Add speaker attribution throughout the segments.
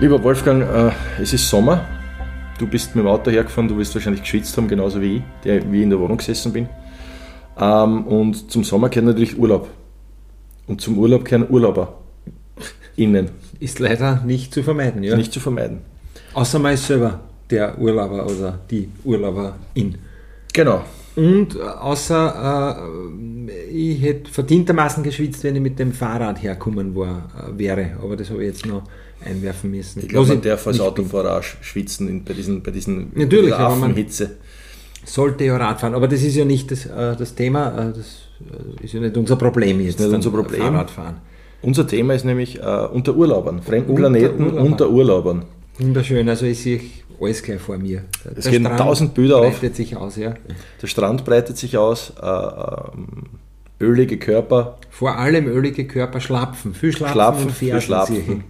Speaker 1: Lieber Wolfgang, äh, es ist Sommer. Du bist mit dem Auto hergefahren, du wirst wahrscheinlich geschwitzt haben, genauso wie ich, der, wie ich in der Wohnung gesessen bin. Ähm, und zum Sommer gehört natürlich Urlaub. Und zum Urlaub gehören Urlauber. Innen.
Speaker 2: Ist leider nicht zu vermeiden, ja.
Speaker 1: Nicht zu vermeiden.
Speaker 2: Außer mal selber, der Urlauber oder die Urlauberin.
Speaker 1: Genau.
Speaker 2: Und äh, außer äh, ich hätte verdientermaßen geschwitzt, wenn ich mit dem Fahrrad herkommen war, äh, wäre. Aber das habe ich jetzt noch einwerfen müssen.
Speaker 1: Ich glaube, man
Speaker 2: ich
Speaker 1: darf als
Speaker 2: nicht
Speaker 1: Autofahrer auch sch- schwitzen in, bei diesen, bei diesen
Speaker 2: Natürlich,
Speaker 1: dieser
Speaker 2: aber man-
Speaker 1: Affenhitze.
Speaker 2: bin. sollte ja Radfahren. Aber das ist ja nicht das, äh, das Thema. Äh, das äh, ist ja nicht unser Problem jetzt.
Speaker 1: nicht
Speaker 2: dann
Speaker 1: unser Problem.
Speaker 2: Fahrradfahren.
Speaker 1: Unser Thema ist nämlich äh, unter Urlaubern, fremden
Speaker 2: Unter
Speaker 1: Planeten,
Speaker 2: Urlaubern.
Speaker 1: unter Urlaubern.
Speaker 2: Wunderschön. Also ich sehe alles gleich vor mir. Der-
Speaker 1: Es
Speaker 2: der
Speaker 1: gehen
Speaker 2: Strand
Speaker 1: tausend Bilder auf.
Speaker 2: breitet sich aus, ja.
Speaker 1: Der Strand breitet sich aus, äh, ähm, ölige Körper,
Speaker 2: Vor allem ölige Körper schlapfen. Viel schlapfen,
Speaker 1: Schlapfen,
Speaker 2: und Fersen
Speaker 1: für
Speaker 2: sehe ich. Also-
Speaker 1: Schlapfen,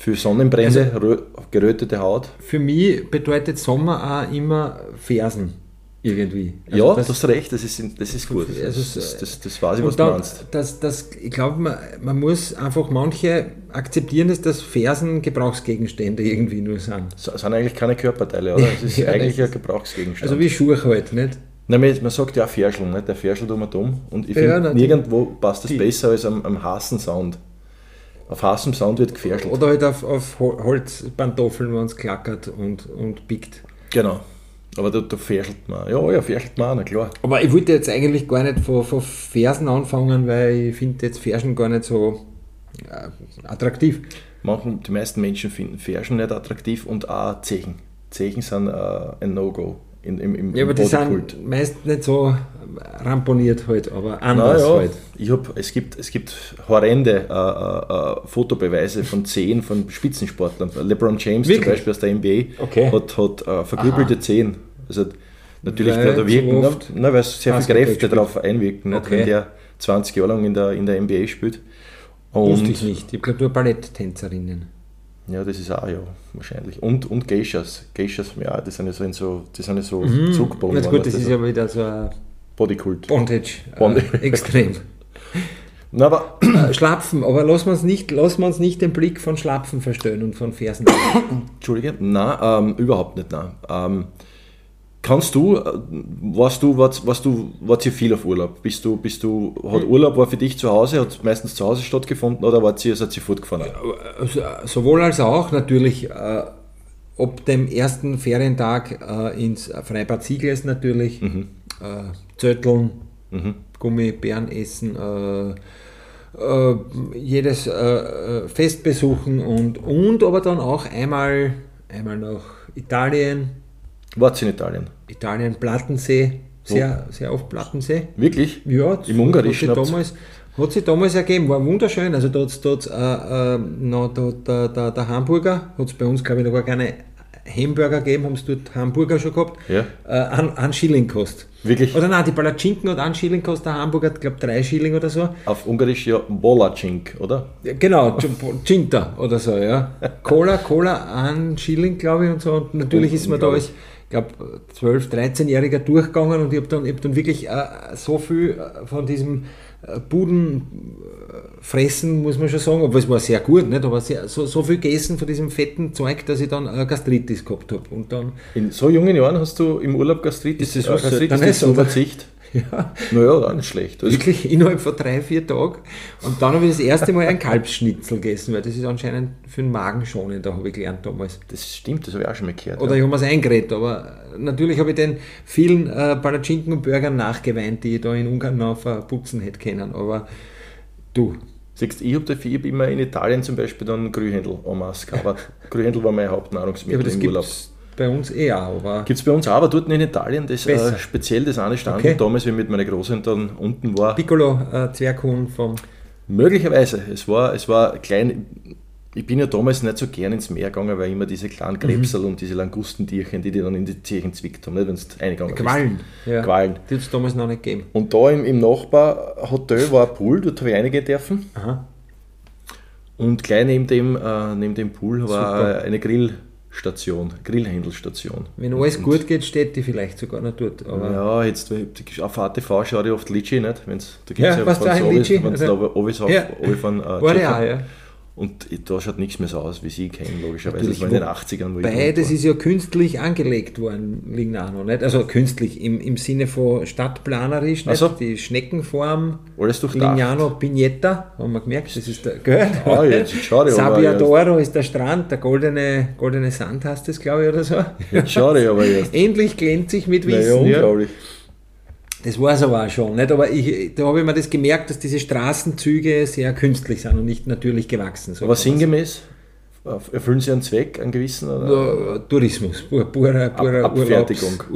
Speaker 1: für Sonnenbrände, rö- gerötete Haut.
Speaker 2: Für mich bedeutet Sommer auch immer Fersen. Irgendwie. Also
Speaker 1: ja,
Speaker 2: das-
Speaker 1: du hast recht, das ist, das ist gut.
Speaker 2: Also es-
Speaker 1: das, das, das weiß ich, was
Speaker 2: Und
Speaker 1: du
Speaker 2: da,
Speaker 1: meinst.
Speaker 2: das, das, ich glaube, man, man muss einfach manche akzeptieren, dass das Fersen Gebrauchsgegenstände irgendwie nur sind.
Speaker 1: Das sind eigentlich keine Körperteile, oder? Das ist
Speaker 2: Ja,
Speaker 1: eigentlich
Speaker 2: das
Speaker 1: ein Gebrauchsgegenstand.
Speaker 2: Also wie Schuhe halt, nicht?
Speaker 1: Nein, man, man sagt ja auch Ferschl, ne? der Ferschl tut mir dumm. Und ich
Speaker 2: Ja,
Speaker 1: finde,
Speaker 2: natürlich.
Speaker 1: nirgendwo passt das besser als am, am heißen Sound. Auf heißem Sound wird gefärschelt.
Speaker 2: Oder halt auf, auf Hol- Holzpantoffeln, wenn es klackert und, und biegt.
Speaker 1: Genau. Aber da, da färschelt man. Ja, ja, färschelt man auch, na klar.
Speaker 2: Aber ich wollte jetzt eigentlich gar nicht von, von Fersen anfangen, weil ich finde jetzt Fersen gar nicht so äh, attraktiv.
Speaker 1: Manchen, die meisten Menschen finden Ferschen nicht attraktiv und auch Zechen. Zechen sind äh, ein No-Go in- im, im,
Speaker 2: Ja, aber
Speaker 1: im
Speaker 2: die
Speaker 1: Bodykult.
Speaker 2: sind meist nicht so ramponiert halt, aber anders
Speaker 1: Naja,
Speaker 2: halt.
Speaker 1: ich hab, es, gibt, es gibt horrende äh, äh, äh, Fotobeweise von Zehen von Spitzensportlern. LeBron James
Speaker 2: Wirklich?
Speaker 1: zum Beispiel aus der NBA
Speaker 2: Okay.
Speaker 1: hat, hat äh, verkrüppelte Zehen. Also natürlich
Speaker 2: Weil
Speaker 1: kann er
Speaker 2: zu
Speaker 1: wirken, ne?
Speaker 2: oft
Speaker 1: Nein, weil sehr viel
Speaker 2: Basketball
Speaker 1: Kräfte
Speaker 2: spielt.
Speaker 1: darauf einwirken, nicht?
Speaker 2: Okay.
Speaker 1: wenn der 20 Jahre lang in der, in der NBA spielt.
Speaker 2: Wusste
Speaker 1: Und
Speaker 2: ich nicht. Ich glaube nur Balletttänzerinnen.
Speaker 1: ja, das ist auch ja wahrscheinlich. Und, und Geishas. Geishas, ja, das sind ja so in so, das sind ja so Zugbogen.
Speaker 2: Jetzt
Speaker 1: weißt
Speaker 2: gut, Mhm. das
Speaker 1: du,
Speaker 2: ist
Speaker 1: so
Speaker 2: ja wieder so ein
Speaker 1: Bodykult.
Speaker 2: Bondage.
Speaker 1: also. Bondage.
Speaker 2: Äh, extrem.
Speaker 1: Na, aber
Speaker 2: äh, Schlapfen, aber lass uns nicht, lass uns nicht den Blick von Schlapfen verstehen und von Fersen.
Speaker 1: Entschuldige? Nein, ähm, überhaupt nicht, nein. Ähm, kannst du, äh, warst du, warst, warst du, warst ihr viel auf Urlaub? Bist du, bist du, hat
Speaker 2: Hm.
Speaker 1: Urlaub war für dich zu Hause, hat meistens zu Hause stattgefunden oder war sie, seid ihr fortgefahren?
Speaker 2: Also, äh, sowohl als auch natürlich äh, ob dem ersten Ferientag äh, ins Freibad Siegles natürlich, äh, Zötteln, Gummibären essen, äh, äh, jedes äh, äh, Fest besuchen und, und aber dann auch einmal, einmal nach Italien,
Speaker 1: Wart ihr in Italien?
Speaker 2: Italien Plattensee, sehr, sehr oft Plattensee.
Speaker 1: Wirklich?
Speaker 2: Ja,
Speaker 1: Im Ungarischen
Speaker 2: hat sich
Speaker 1: habt's-
Speaker 2: damals, hat sich damals ergeben, war wunderschön. Also da hat's, da hat's, äh, äh, na, da, da, da, der Hamburger, hat es bei uns glaube ich noch gar keine Hamburger gegeben, haben es dort Hamburger schon gehabt,
Speaker 1: Ja.
Speaker 2: äh, an, an Schilling kostet.
Speaker 1: Wirklich?
Speaker 2: Oder nein, die Palatschinken hat einen Schilling kostet, der Hamburger hat glaube drei Schilling oder so.
Speaker 1: Auf Ungarisch ja Bolacink, oder?
Speaker 2: Ja, Genau, Cinta oder so, ja. Cola, Cola, ein Schilling, glaube ich, und so. Und natürlich ist man da als, ich glaube, 12-, 13-Jähriger durchgegangen und ich habe dann, ich hab dann wirklich äh, so viel äh, von diesem äh, Budenfressen, muss man schon sagen, obwohl es war sehr gut, nicht? aber sehr, so, so viel gegessen von diesem fetten Zeug, dass ich dann äh, Gastritis gehabt habe. Und dann,
Speaker 1: In so jungen Jahren hast du im Urlaub Gastritis,
Speaker 2: Ist das was?
Speaker 1: Gastritis
Speaker 2: Dann
Speaker 1: die
Speaker 2: ist es, oder?
Speaker 1: Zuversicht?
Speaker 2: ja,
Speaker 1: Naja, auch nicht schlecht. Also,
Speaker 2: wirklich innerhalb von drei, vier Tagen. Und dann habe ich das erste Mal ein Kalbsschnitzel gegessen, weil das ist anscheinend für den Magen schonend, da habe ich gelernt damals.
Speaker 1: das stimmt, das habe ich auch schon mal gehört.
Speaker 2: Oder
Speaker 1: ja.
Speaker 2: ich habe mir's eingeredet, aber natürlich habe ich den vielen äh, Palatschinken und Burgern nachgeweint, die ich da in Ungarn noch verputzen hätte können. Aber du,
Speaker 1: Siehst, ich habe dafür ich hab immer in Italien zum Beispiel dann Grühändel en masse gehabt. Grühändel war mein
Speaker 2: ja, aber
Speaker 1: Hauptnahrungsmittel
Speaker 2: das
Speaker 1: im Urlaub.
Speaker 2: gibt's bei uns eh auch. Aber
Speaker 1: Gibt es bei uns auch, aber dort in Italien das äh,
Speaker 2: Besser.
Speaker 1: speziell das eine Stand.
Speaker 2: Okay.
Speaker 1: Und damals, wie ich mit meiner Großeltern unten war,
Speaker 2: Piccolo äh, Zwerghuhn vom.
Speaker 1: möglicherweise, es war, es war klein. Ich bin ja damals nicht so gern ins Meer gegangen, weil immer diese
Speaker 2: Mhm.
Speaker 1: kleinen Krebsel und diese Langustentierchen, die dir dann in die Zehen zwickt haben, wenn es eingegangen bist.
Speaker 2: Quallen. Ja.
Speaker 1: Quallen.
Speaker 2: Die hat's damals noch nicht gegeben.
Speaker 1: Und da im, im Nachbarhotel war ein Pool, dort habe ich einige dürfen.
Speaker 2: Aha.
Speaker 1: Und gleich neben dem, äh, neben dem Pool war
Speaker 2: Super.
Speaker 1: äh, eine Grillstation, Grillhändelstation.
Speaker 2: Wenn alles gut geht, steht die vielleicht sogar noch dort. Aber
Speaker 1: Ja, jetzt äh, auf ATV schaue ich oft Litschi, nicht? Wenn's, da
Speaker 2: Ja, was da ein Litschi?
Speaker 1: Wenn
Speaker 2: Also-
Speaker 1: da oben
Speaker 2: Ja.
Speaker 1: von äh,
Speaker 2: war
Speaker 1: Tschechien.
Speaker 2: der auch, ja.
Speaker 1: Und da schaut nichts mehr so aus, wie sie ihn kennen, logischerweise.
Speaker 2: Natürlich,
Speaker 1: das war in den 80ern, wo ich
Speaker 2: Beides
Speaker 1: jung
Speaker 2: ist ja künstlich angelegt worden, Lignano, nicht? Also künstlich im, im Sinne von stadtplanerisch, nicht?
Speaker 1: Ach so.
Speaker 2: Die Schneckenform.
Speaker 1: war. Alles durchdacht.
Speaker 2: Lignano Pignetta, haben wir gemerkt, das ist der, gell?
Speaker 1: Ah, jetzt schade, aber
Speaker 2: Sabia
Speaker 1: jetzt-
Speaker 2: d'Oro ist der Strand, der goldene, goldene Sand heißt das, glaube ich, oder so.
Speaker 1: Jetzt Schade, aber jetzt.
Speaker 2: Endlich glänzig mit
Speaker 1: Naja,
Speaker 2: Wissen. ja.
Speaker 1: unglaublich.
Speaker 2: Das war es aber auch schon, nicht? Aber ich, da habe ich mir das gemerkt, dass diese Straßenzüge sehr künstlich sind und nicht natürlich gewachsen.
Speaker 1: Aber
Speaker 2: So kann man's-
Speaker 1: sinngemäß erfüllen sie einen Zweck, einen gewissen? Oder?
Speaker 2: Ja, Also, äh, Tourismus, pur- purer, purer
Speaker 1: Abfertigung.
Speaker 2: Urlaubs,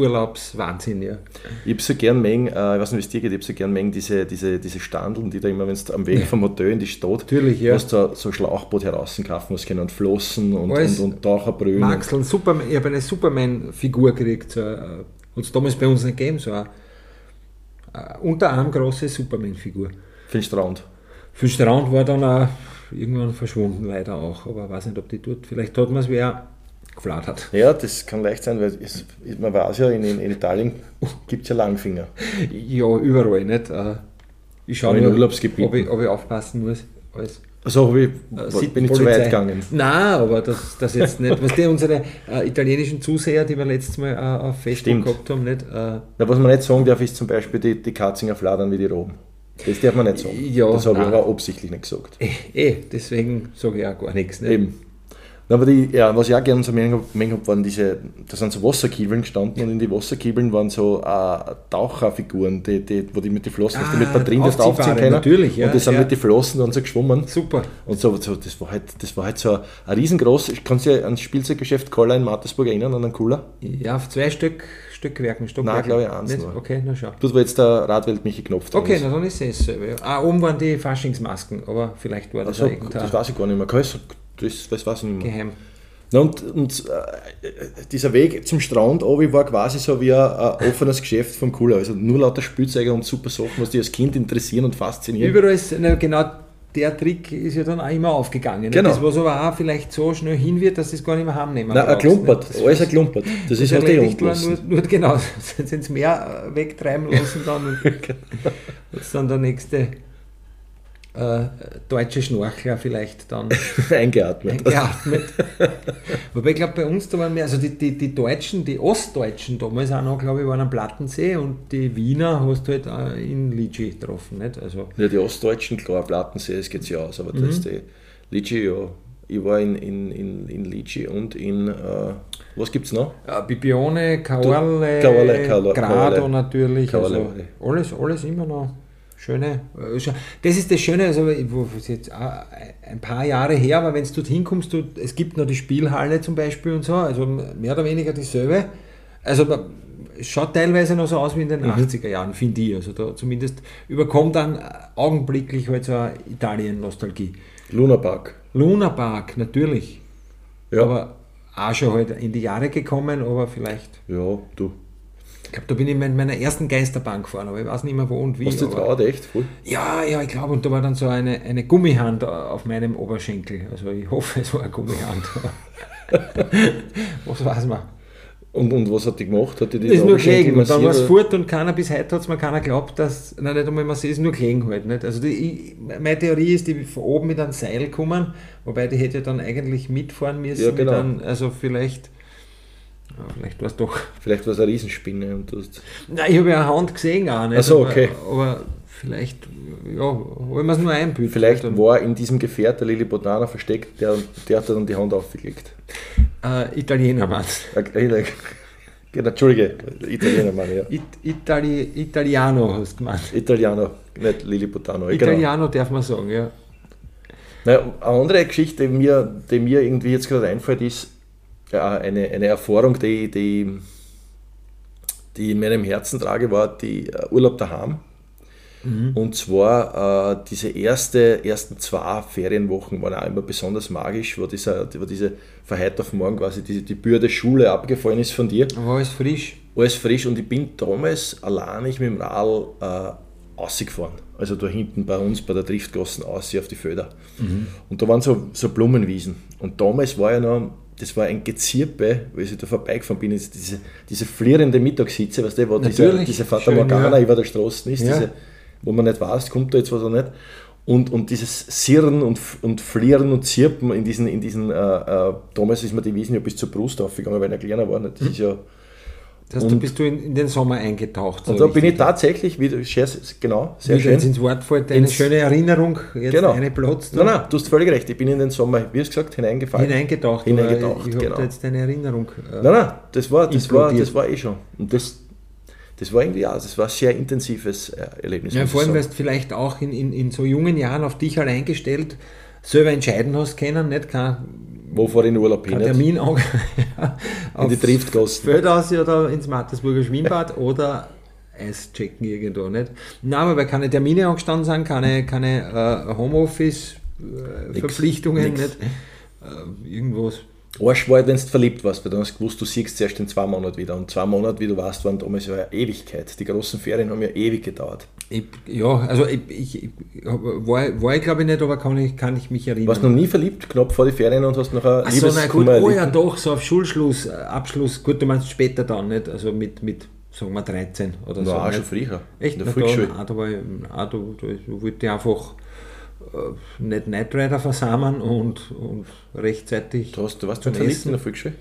Speaker 2: Urlaubswahnsinn, ja.
Speaker 1: Ich habe so gern Mengen, äh, ich weiß nicht, wie es dir geht, ich habe so gern Mengen diese, diese, diese Standeln, die da immer, wenn du am Weg vom Hotel in die Stadt,
Speaker 2: Natürlich, ja.
Speaker 1: was da so Schlauchboot heraus kaufen musst, können, und Flossen und,
Speaker 2: Alles.
Speaker 1: und, und Taucherbrühen.
Speaker 2: Maxeln, Superman, ich habe eine Superman-Figur gekriegt, so, hat es damals bei uns nicht gegeben, so eine, äh, eine unterarmgroße Superman-Figur.
Speaker 1: Für den Strand.
Speaker 2: Für den Strand war dann auch irgendwann verschwunden, leider auch, aber ich weiß nicht, ob die dort, vielleicht hat man es wer geflattert.
Speaker 1: Ja, das kann leicht sein, weil es, man weiß ja, in, in, in Italien gibt es ja Langfinger.
Speaker 2: Ja, überall, nicht? Äh, Ich schaue
Speaker 1: Aber in
Speaker 2: nur,
Speaker 1: Urlaubsgebieten.
Speaker 2: ob ich, ob ich aufpassen muss. Als
Speaker 1: Also hab ich,
Speaker 2: Sitten-
Speaker 1: bin ich zu
Speaker 2: Polizei.
Speaker 1: weit gegangen.
Speaker 2: Nein, aber das, das jetzt nicht. Was die unsere äh, italienischen Zuseher, die wir letztes Mal äh, auf Facebook
Speaker 1: Stimmt.
Speaker 2: gehabt haben, nicht? Äh,
Speaker 1: Na, was man nicht sagen darf, ist zum Beispiel die, die Katzinger Fladern wie die Roben. Das darf man nicht sagen.
Speaker 2: Ja,
Speaker 1: das habe ich
Speaker 2: nein.
Speaker 1: aber absichtlich nicht gesagt.
Speaker 2: eh, eh, deswegen sage ich auch gar nichts. Nicht?
Speaker 1: Eben. Na, Aber die, ja, was ich auch gerne so mengen habe, waren diese, da sind so Wasserkiebeln gestanden und in die Wasserkiebeln waren so äh, Taucherfiguren, die, die, wo die mit den Flossen,
Speaker 2: Ah,
Speaker 1: ah, damit man drin das
Speaker 2: aufziehbare,
Speaker 1: aufziehen können.
Speaker 2: natürlich, ja,
Speaker 1: und die sind
Speaker 2: ja.
Speaker 1: mit den Flossen dann so geschwommen.
Speaker 2: Super.
Speaker 1: Und so, so, das war halt, das war halt so ein, ein riesengroß, ich kann sich ans Spielzeuggeschäft Koller in Mattersburg erinnern, an einen Cooler.
Speaker 2: Ja, auf zwei Stück, Stückwerken, Stockwerken.
Speaker 1: Nein, glaube ich, eins
Speaker 2: Nicht?
Speaker 1: nur.
Speaker 2: Okay, na schau.
Speaker 1: Dort war jetzt der Radwelt Michi Knopf dran.
Speaker 2: Okay, na dann ist es selber. Ja. Ah, oben waren die Faschingsmasken, aber vielleicht war das
Speaker 1: Also,
Speaker 2: irgendein
Speaker 1: das weiß ich gar nicht mehr. Kann ich- Das, das weiß ich nicht mehr.
Speaker 2: Geheim.
Speaker 1: Na, und und äh, dieser Weg zum Strand oben war quasi so wie ein, ein offenes Geschäft vom Cooler. Also nur lauter Spielzeuge und super Sachen, was dich als Kind interessieren und faszinieren.
Speaker 2: Überall ist, na, genau der Trick ist ja dann auch immer aufgegangen. nicht?
Speaker 1: Genau.
Speaker 2: Das, was aber auch vielleicht so schnell hin wird, dass das gar nicht mehr heimnehmen
Speaker 1: Nein, ein
Speaker 2: brauchst,
Speaker 1: Klumpert,
Speaker 2: nicht? Das
Speaker 1: alles ein Klumpert. Das ist halt
Speaker 2: erledigt
Speaker 1: die
Speaker 2: war
Speaker 1: lassen.
Speaker 2: nur, nur genau, sind sie ins Meer äh, wegtreiben lassen dann und
Speaker 1: genau.
Speaker 2: jetzt dann der nächste äh, deutsche Schnorchler vielleicht dann
Speaker 1: Eingeatmet.
Speaker 2: geatmet. Wobei ich glaube bei uns da waren mehr, also die, die, die Deutschen, die Ostdeutschen damals auch noch, glaube ich, waren am Plattensee und die Wiener hast du halt auch in Lidschi getroffen, nicht? Also
Speaker 1: Ja, die Ostdeutschen, klar, Plattensee, es geht ja aus, aber das
Speaker 2: Mhm.
Speaker 1: ist die Lidschi, ja. Ich war in, in, in, in Lidschi und in, äh, was gibt's noch?
Speaker 2: äh, Bibione, Kaorle,
Speaker 1: Kaorle, Kaorle,
Speaker 2: Grado
Speaker 1: Kaorle.
Speaker 2: natürlich.
Speaker 1: Kaorle
Speaker 2: also
Speaker 1: war
Speaker 2: alles, alles immer noch schöne. äh, scha- Das ist das Schöne, also ich- wo- wo es jetzt auch ein paar Jahre her, aber wenn du dorthin kommst, du, es gibt noch die Spielhalle zum Beispiel und so, also mehr oder weniger dieselbe. Also man- es schaut teilweise noch so aus wie in den 80er Jahren, finde ich. Also da zumindest überkommt dann augenblicklich halt so eine Italien-Nostalgie.
Speaker 1: Luna Park.
Speaker 2: Luna Park, natürlich.
Speaker 1: Ja.
Speaker 2: Aber auch schon halt in die Jahre gekommen, aber vielleicht
Speaker 1: Ja, du.
Speaker 2: ich glaube, da bin ich mit meiner ersten Geisterbahn gefahren, aber ich weiß nicht mehr wo und wie.
Speaker 1: Hast du dich
Speaker 2: aber-
Speaker 1: traut, echt? Voll.
Speaker 2: ja, ja, ich glaube, und da war dann so eine, eine Gummihand äh, auf meinem Oberschenkel. Also ich hoffe, es war eine Gummihand. Was weiß man.
Speaker 1: Und, und was hat die gemacht? Hat die die
Speaker 2: Das ist nur
Speaker 1: Oberschenkel
Speaker 2: gelegen. Und dann war
Speaker 1: massiert
Speaker 2: es
Speaker 1: oder?
Speaker 2: fort und keiner, bis heute hat es mir keiner geglaubt, dass, nein, nicht einmal, man sieht, es ist nur gelegen halt. Nicht? Also die, ich, meine Theorie ist, die bin von oben mit einem Seil kommen, wobei die hätte ja dann eigentlich mitfahren müssen.
Speaker 1: Ja, genau.
Speaker 2: mit einem, also vielleicht, ja, vielleicht war es doch
Speaker 1: Vielleicht war es eine Riesenspinne und du hast.
Speaker 2: Nein, ich habe ja eine Hand gesehen auch nicht.
Speaker 1: Ach so, okay.
Speaker 2: Aber, aber vielleicht, ja, wollen wir es nur einbüten.
Speaker 1: Vielleicht
Speaker 2: Dann,
Speaker 1: war in diesem Gefährt der Lilliputaner versteckt, der, der hat dann die Hand aufgelegt.
Speaker 2: äh, Italiener waren
Speaker 1: Okay, genau, Entschuldige, Italiener meine ich, ja.
Speaker 2: It Itali Italiano hast du gemeint.
Speaker 1: Italiener, nicht Lilliputano. Genau.
Speaker 2: Italiano darf man sagen, ja.
Speaker 1: Naja, eine andere Geschichte, die mir, die mir irgendwie jetzt gerade einfällt, ist ja, eine, eine Erfahrung, die, die, die ich in meinem Herzen trage, war die äh, Urlaub daheim. Und zwar äh, diese erste, ersten zwei Ferienwochen waren auch immer besonders magisch, wo, dieser, wo diese von heute auf morgen quasi die, die Bürde Schule abgefallen ist von dir
Speaker 2: War alles frisch.
Speaker 1: alles frisch und ich bin damals allein ich mit dem Radl äh, rausgefahren. Also da hinten bei uns bei der Driftgassen aus auf die Föder.
Speaker 2: Mhm.
Speaker 1: Und da waren so, so Blumenwiesen. Und damals war ja noch, das war ein Gezirpe, weil ich da vorbeigefahren bin, ist diese, diese flirrende Mittagshitze, weißt du, wo diese,
Speaker 2: Natürlich.
Speaker 1: diese Fata
Speaker 2: Schön,
Speaker 1: Morgana
Speaker 2: ja.
Speaker 1: über der Straße ist,
Speaker 2: Ja.
Speaker 1: diese, wo man nicht weiß, kommt da jetzt was oder nicht. Und, und dieses Sirren und, und Flirren und Zirpen in diesen, in diesen äh, äh, damals ist mir die Wiesen ja bis zur Brust aufgegangen, weil ich kleiner war.
Speaker 2: Mhm.
Speaker 1: Nicht? Das ist ja,
Speaker 2: Das heißt, da bist du in, in den Sommer eingetaucht. so
Speaker 1: und Also da bin ich
Speaker 2: richtig.
Speaker 1: tatsächlich, wieder, sehr, genau, sehr
Speaker 2: Wie schön.
Speaker 1: schön.
Speaker 2: ins Wort fällt, eine
Speaker 1: Ins-
Speaker 2: schöne Erinnerung, jetzt
Speaker 1: Genau.
Speaker 2: eine platzt.
Speaker 1: Nein, nein, du hast völlig recht, ich bin in den Sommer, wie hast du gesagt, hineingefallen.
Speaker 2: Hineingetaucht.
Speaker 1: Hineingetaucht,
Speaker 2: aber ich
Speaker 1: genau.
Speaker 2: habe da jetzt eine Erinnerung. äh,
Speaker 1: Nein, nein, das war, das war,
Speaker 2: Implodiert.
Speaker 1: das war eh schon. Und das, das war irgendwie, ja, das war ein sehr intensives äh, Erlebnis.
Speaker 2: Ja,
Speaker 1: muss ich
Speaker 2: vor allem, weil
Speaker 1: sagen.
Speaker 2: du vielleicht auch in, in, in so jungen Jahren auf dich allein gestellt selber entscheiden hast können, nicht? Kein
Speaker 1: Wo vor den Urlaub hin?
Speaker 2: kein
Speaker 1: nicht?
Speaker 2: Termin auch
Speaker 1: In die Driftgassen.
Speaker 2: Feld aus oder ins Mattersburger Schwimmbad oder Eischecken irgendwo, nicht? Nein, aber weil keine Termine angestanden sind, keine, keine äh, Homeoffice-Verpflichtungen,
Speaker 1: nix.
Speaker 2: nicht? Äh, irgendwas.
Speaker 1: Arsch war, wenn du verliebt warst, weil dann hast du gewusst, du siehst zuerst in zwei Monaten wieder. Und zwei Monate, wie du warst, waren damals ja eine Ewigkeit. Die großen Ferien haben ja ewig gedauert.
Speaker 2: Ich, ja, also ich, ich, ich hab- war, war ich glaube ich nicht, aber kann ich, kann ich mich erinnern.
Speaker 1: Warst noch nie verliebt, knapp vor die Ferien und hast nachher
Speaker 2: Ach so, na gut,
Speaker 1: Kummer
Speaker 2: oh
Speaker 1: erlebt.
Speaker 2: ja doch, so auf Schulschluss, äh, Abschluss, gut, du meinst später dann, nicht? Also mit, mit sagen wir 13 oder so.
Speaker 1: Na, auch
Speaker 2: nicht?
Speaker 1: schon früher.
Speaker 2: Echt?
Speaker 1: In
Speaker 2: Na,
Speaker 1: der Volksschule.
Speaker 2: Da, ah, da, war ich, ah, da, da wollte ich einfach äh, nicht Knight Rider versammeln und, und rechtzeitig,
Speaker 1: Du, hast, du warst schon verliebt in der Volksschule?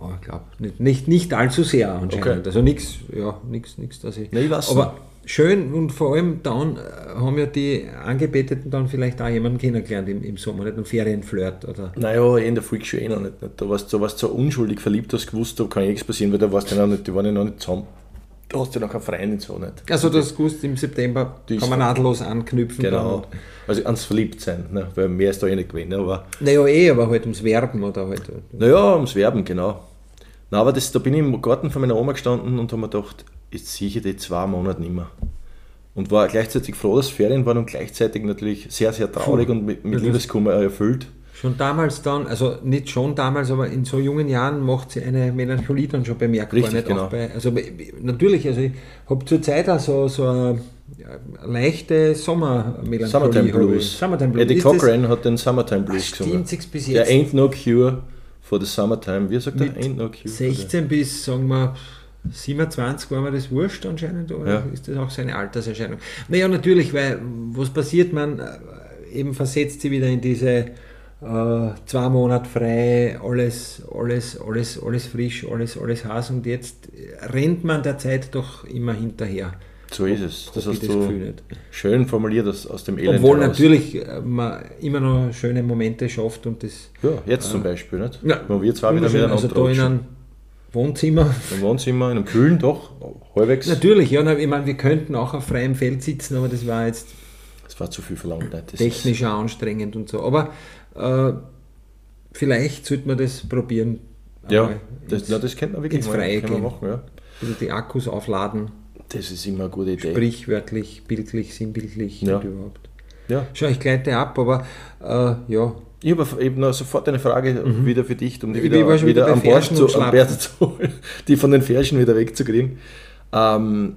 Speaker 2: oh, ich glaube, nicht, nicht, nicht allzu sehr anscheinend.
Speaker 1: Okay.
Speaker 2: Also nichts, ja, nichts, nichts, dass ich...
Speaker 1: Na, ich weiß
Speaker 2: aber schön und vor allem dann äh, haben ja die Angebeteten dann vielleicht auch jemanden kennengelernt im, im Sommer, nicht? Einen Ferienflirt oder...
Speaker 1: Naja, eh in der Volksschule eh noch nicht. nicht. Da warst du da warst du so unschuldig verliebt, hast gewusst, da kann eh nichts passieren, weil da warst du ja noch nicht, die waren ja noch nicht zusammen. Da hast du ja noch keinen Freund und so nicht.
Speaker 2: Also das Gust im September
Speaker 1: Die
Speaker 2: kann
Speaker 1: ist-
Speaker 2: man nahtlos anknüpfen.
Speaker 1: Genau. Also ans Verliebtsein, ne? weil mehr ist da eh nicht gewesen. Aber
Speaker 2: Dann. Naja, eh, aber halt ums Werben oder halt.
Speaker 1: naja, ums Werben, genau. Na, aber das, da bin ich im Garten von meiner Oma gestanden und habe mir gedacht, jetzt sehe ich die zwei Monate nicht mehr. Und war gleichzeitig froh, dass Ferien waren und gleichzeitig natürlich sehr, sehr traurig und mit, mit Liebeskummer erfüllt.
Speaker 2: Schon damals dann, also nicht schon damals, aber in so jungen Jahren macht sie eine Melancholie dann schon bemerkbar.
Speaker 1: Richtig,
Speaker 2: nicht
Speaker 1: genau.
Speaker 2: auch bei, also bei- natürlich, also ich habe zurzeit auch so, so eine ja, leichte Sommermelancholie.
Speaker 1: Summertime
Speaker 2: habe ich.
Speaker 1: Blues.
Speaker 2: Summertime Blues.
Speaker 1: Eddie
Speaker 2: Ist das-
Speaker 1: Cochran hat den Summertime Blues
Speaker 2: Ach,
Speaker 1: gesungen.
Speaker 2: stimmt's bis
Speaker 1: Der
Speaker 2: jetzt.
Speaker 1: Ain't No Cure for the Summertime. Wie sagt der
Speaker 2: Mit
Speaker 1: Ain't No Cure?
Speaker 2: 16 bis, sagen wir, 27 war mir das wurscht anscheinend, oder
Speaker 1: Ja.
Speaker 2: ist das auch seine Alterserscheinung? Naja, natürlich, weil was passiert, man äh, eben versetzt sie wieder in diese äh, zwei Monate frei, alles, alles, alles, alles frisch, alles, alles Hass und jetzt rennt man der Zeit doch immer hinterher.
Speaker 1: So ist es. Das
Speaker 2: Hab ich
Speaker 1: hast du
Speaker 2: Gefühl nicht.
Speaker 1: schön formuliert aus, aus dem Elend
Speaker 2: Obwohl
Speaker 1: heraus.
Speaker 2: natürlich äh, man immer noch schöne Momente schafft und das
Speaker 1: Ja, jetzt zum Beispiel, nicht?
Speaker 2: Ja,
Speaker 1: Wo wir zwar wieder
Speaker 2: wunderschön,
Speaker 1: miteinander
Speaker 2: also da in
Speaker 1: tratschen.
Speaker 2: einem Wohnzimmer
Speaker 1: Im Wohnzimmer, in einem kühlen doch, halbwegs.
Speaker 2: Natürlich, ja, na, ich meine, wir könnten auch auf freiem Feld sitzen, aber das war jetzt
Speaker 1: Das war zu viel verlangt, nicht? Das Ist,
Speaker 2: technisch auch anstrengend und so. Aber äh, vielleicht sollte man das probieren.
Speaker 1: ja,
Speaker 2: Einmal
Speaker 1: das,
Speaker 2: ins,
Speaker 1: na, das könnte man wirklich
Speaker 2: ins
Speaker 1: mal-
Speaker 2: Freie
Speaker 1: können wir
Speaker 2: gehen.
Speaker 1: machen, ja.
Speaker 2: also die Akkus aufladen,
Speaker 1: Das ist immer eine gute Idee.
Speaker 2: sprichwörtlich, bildlich, sinnbildlich
Speaker 1: Ja.
Speaker 2: und überhaupt.
Speaker 1: Ja.
Speaker 2: Schau, ich gleite ab, aber äh, ja,
Speaker 1: Ich habe eben noch sofort eine Frage wieder für dich, um die
Speaker 2: Mhm. Ich
Speaker 1: wieder,
Speaker 2: war schon wieder
Speaker 1: wieder an
Speaker 2: bei
Speaker 1: Bord
Speaker 2: Fersen
Speaker 1: zu,
Speaker 2: und
Speaker 1: an Bord zu holen, die von den Ferschen wieder wegzukriegen. Ähm,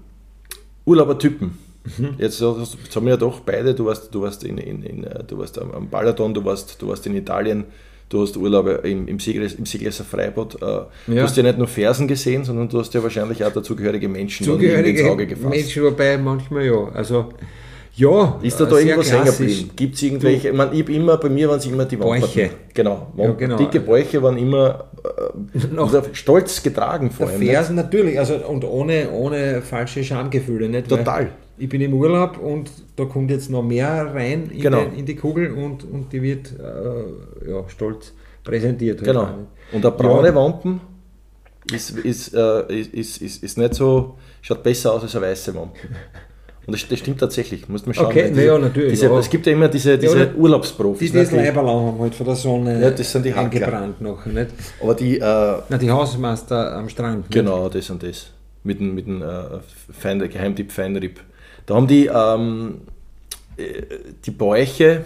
Speaker 1: Urlaubertypen.
Speaker 2: Mhm.
Speaker 1: Jetzt, hast- jetzt haben wir ja doch beide, du warst, du warst, in, in, in, äh, du warst am am Balaton, du warst, du warst in Italien, du hast Urlaube im, im, Siegles, im Siegleser Freibad. Äh, Du
Speaker 2: Ja.
Speaker 1: hast ja nicht nur Fersen gesehen, sondern du hast ja wahrscheinlich auch dazugehörige Menschen dann ins Auge
Speaker 2: zugehörige
Speaker 1: gefasst.
Speaker 2: Menschen, wobei manchmal ja, also ja,
Speaker 1: Ist da
Speaker 2: äh,
Speaker 1: da
Speaker 2: sehr
Speaker 1: irgendwas hängen
Speaker 2: klassisch.
Speaker 1: geblieben? Gibt es irgendwelche, ich meine, ich hab immer, bei mir waren es immer die Wamperten.
Speaker 2: Bäuche.
Speaker 1: Genau, Wamp-
Speaker 2: Ja, genau.
Speaker 1: Dicke Bäuche waren immer äh,
Speaker 2: Noch-
Speaker 1: oder stolz getragen vor allem. ne?
Speaker 2: Fersen natürlich, also und ohne, ohne falsche Schamgefühle. Nicht? Weil
Speaker 1: Total.
Speaker 2: Ich bin im Urlaub und da kommt jetzt noch mehr rein in,
Speaker 1: Genau.
Speaker 2: die, in die Kugel und, und die wird äh, ja, stolz präsentiert. halt auch
Speaker 1: Genau.
Speaker 2: nicht.
Speaker 1: Und der braune
Speaker 2: Ja.
Speaker 1: Wampen ist, ist, äh, ist, ist, ist, ist nicht so, schaut besser aus als ein weißer Wampen. Und das, das stimmt tatsächlich, muss man schauen.
Speaker 2: Okay,
Speaker 1: weil
Speaker 2: na ja, natürlich,
Speaker 1: Diese,
Speaker 2: ja.
Speaker 1: Es gibt ja immer diese, diese
Speaker 2: oder-
Speaker 1: Urlaubsprofis.
Speaker 2: Die, die
Speaker 1: ne,
Speaker 2: das Leiberlau haben halt von der Sonne
Speaker 1: Ja, das sind die Hacker.
Speaker 2: eingebrannt noch. Nicht?
Speaker 1: aber die, äh,
Speaker 2: Na, die Hausmeister am Strand. Nicht?
Speaker 1: Genau, das und das. Mit dem, mit dem äh, Fein, Geheimtipp Feinripp. Da haben die ähm, äh, die Bäuche.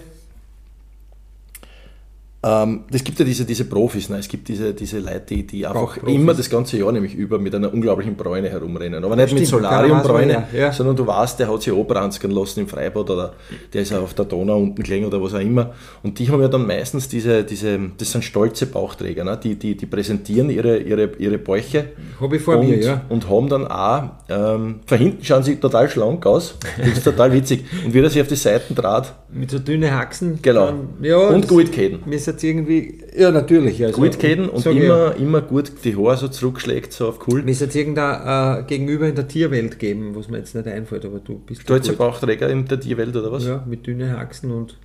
Speaker 1: Ähm, das gibt ja diese, diese Profis, ne? es gibt diese, diese Leute, die, die einfach
Speaker 2: Bauchprofis.
Speaker 1: immer das ganze Jahr nämlich über mit einer unglaublichen Bräune herumrennen. Aber nicht mit
Speaker 2: Stimmt, da
Speaker 1: Solariumbräune,
Speaker 2: weiß man ja, ja.
Speaker 1: sondern du weißt, der hat sich abranzken lassen im Freibad oder der ist auf der Donau unten gelegen oder was auch immer. Und die haben ja dann meistens diese, diese das sind stolze Bauchträger, ne? die, die, die präsentieren ihre, ihre, ihre Bäuche
Speaker 2: Habe ich vor
Speaker 1: und,
Speaker 2: mir, ja.
Speaker 1: und haben dann auch, ähm, von hinten schauen sie total schlank aus, das ist total witzig. Und wie er sich auf die Seiten trat,
Speaker 2: Mit so dünnen Haxen.
Speaker 1: Genau.
Speaker 2: Dann, ja,
Speaker 1: Und
Speaker 2: das-
Speaker 1: gut Käden.
Speaker 2: Mir ist jetzt irgendwie. Ja, natürlich. Also,
Speaker 1: Gut Käden und
Speaker 2: sag ich ja.
Speaker 1: immer, immer gut die Haare so zurückschlägt, so auf cool.
Speaker 2: Mir ist jetzt irgendein äh, Gegenüber in der Tierwelt geben, was mir jetzt nicht einfällt, aber du bist
Speaker 1: Stolzer
Speaker 2: gut.
Speaker 1: Bauchträger in der Tierwelt oder was?
Speaker 2: Ja, mit dünnen Haxen und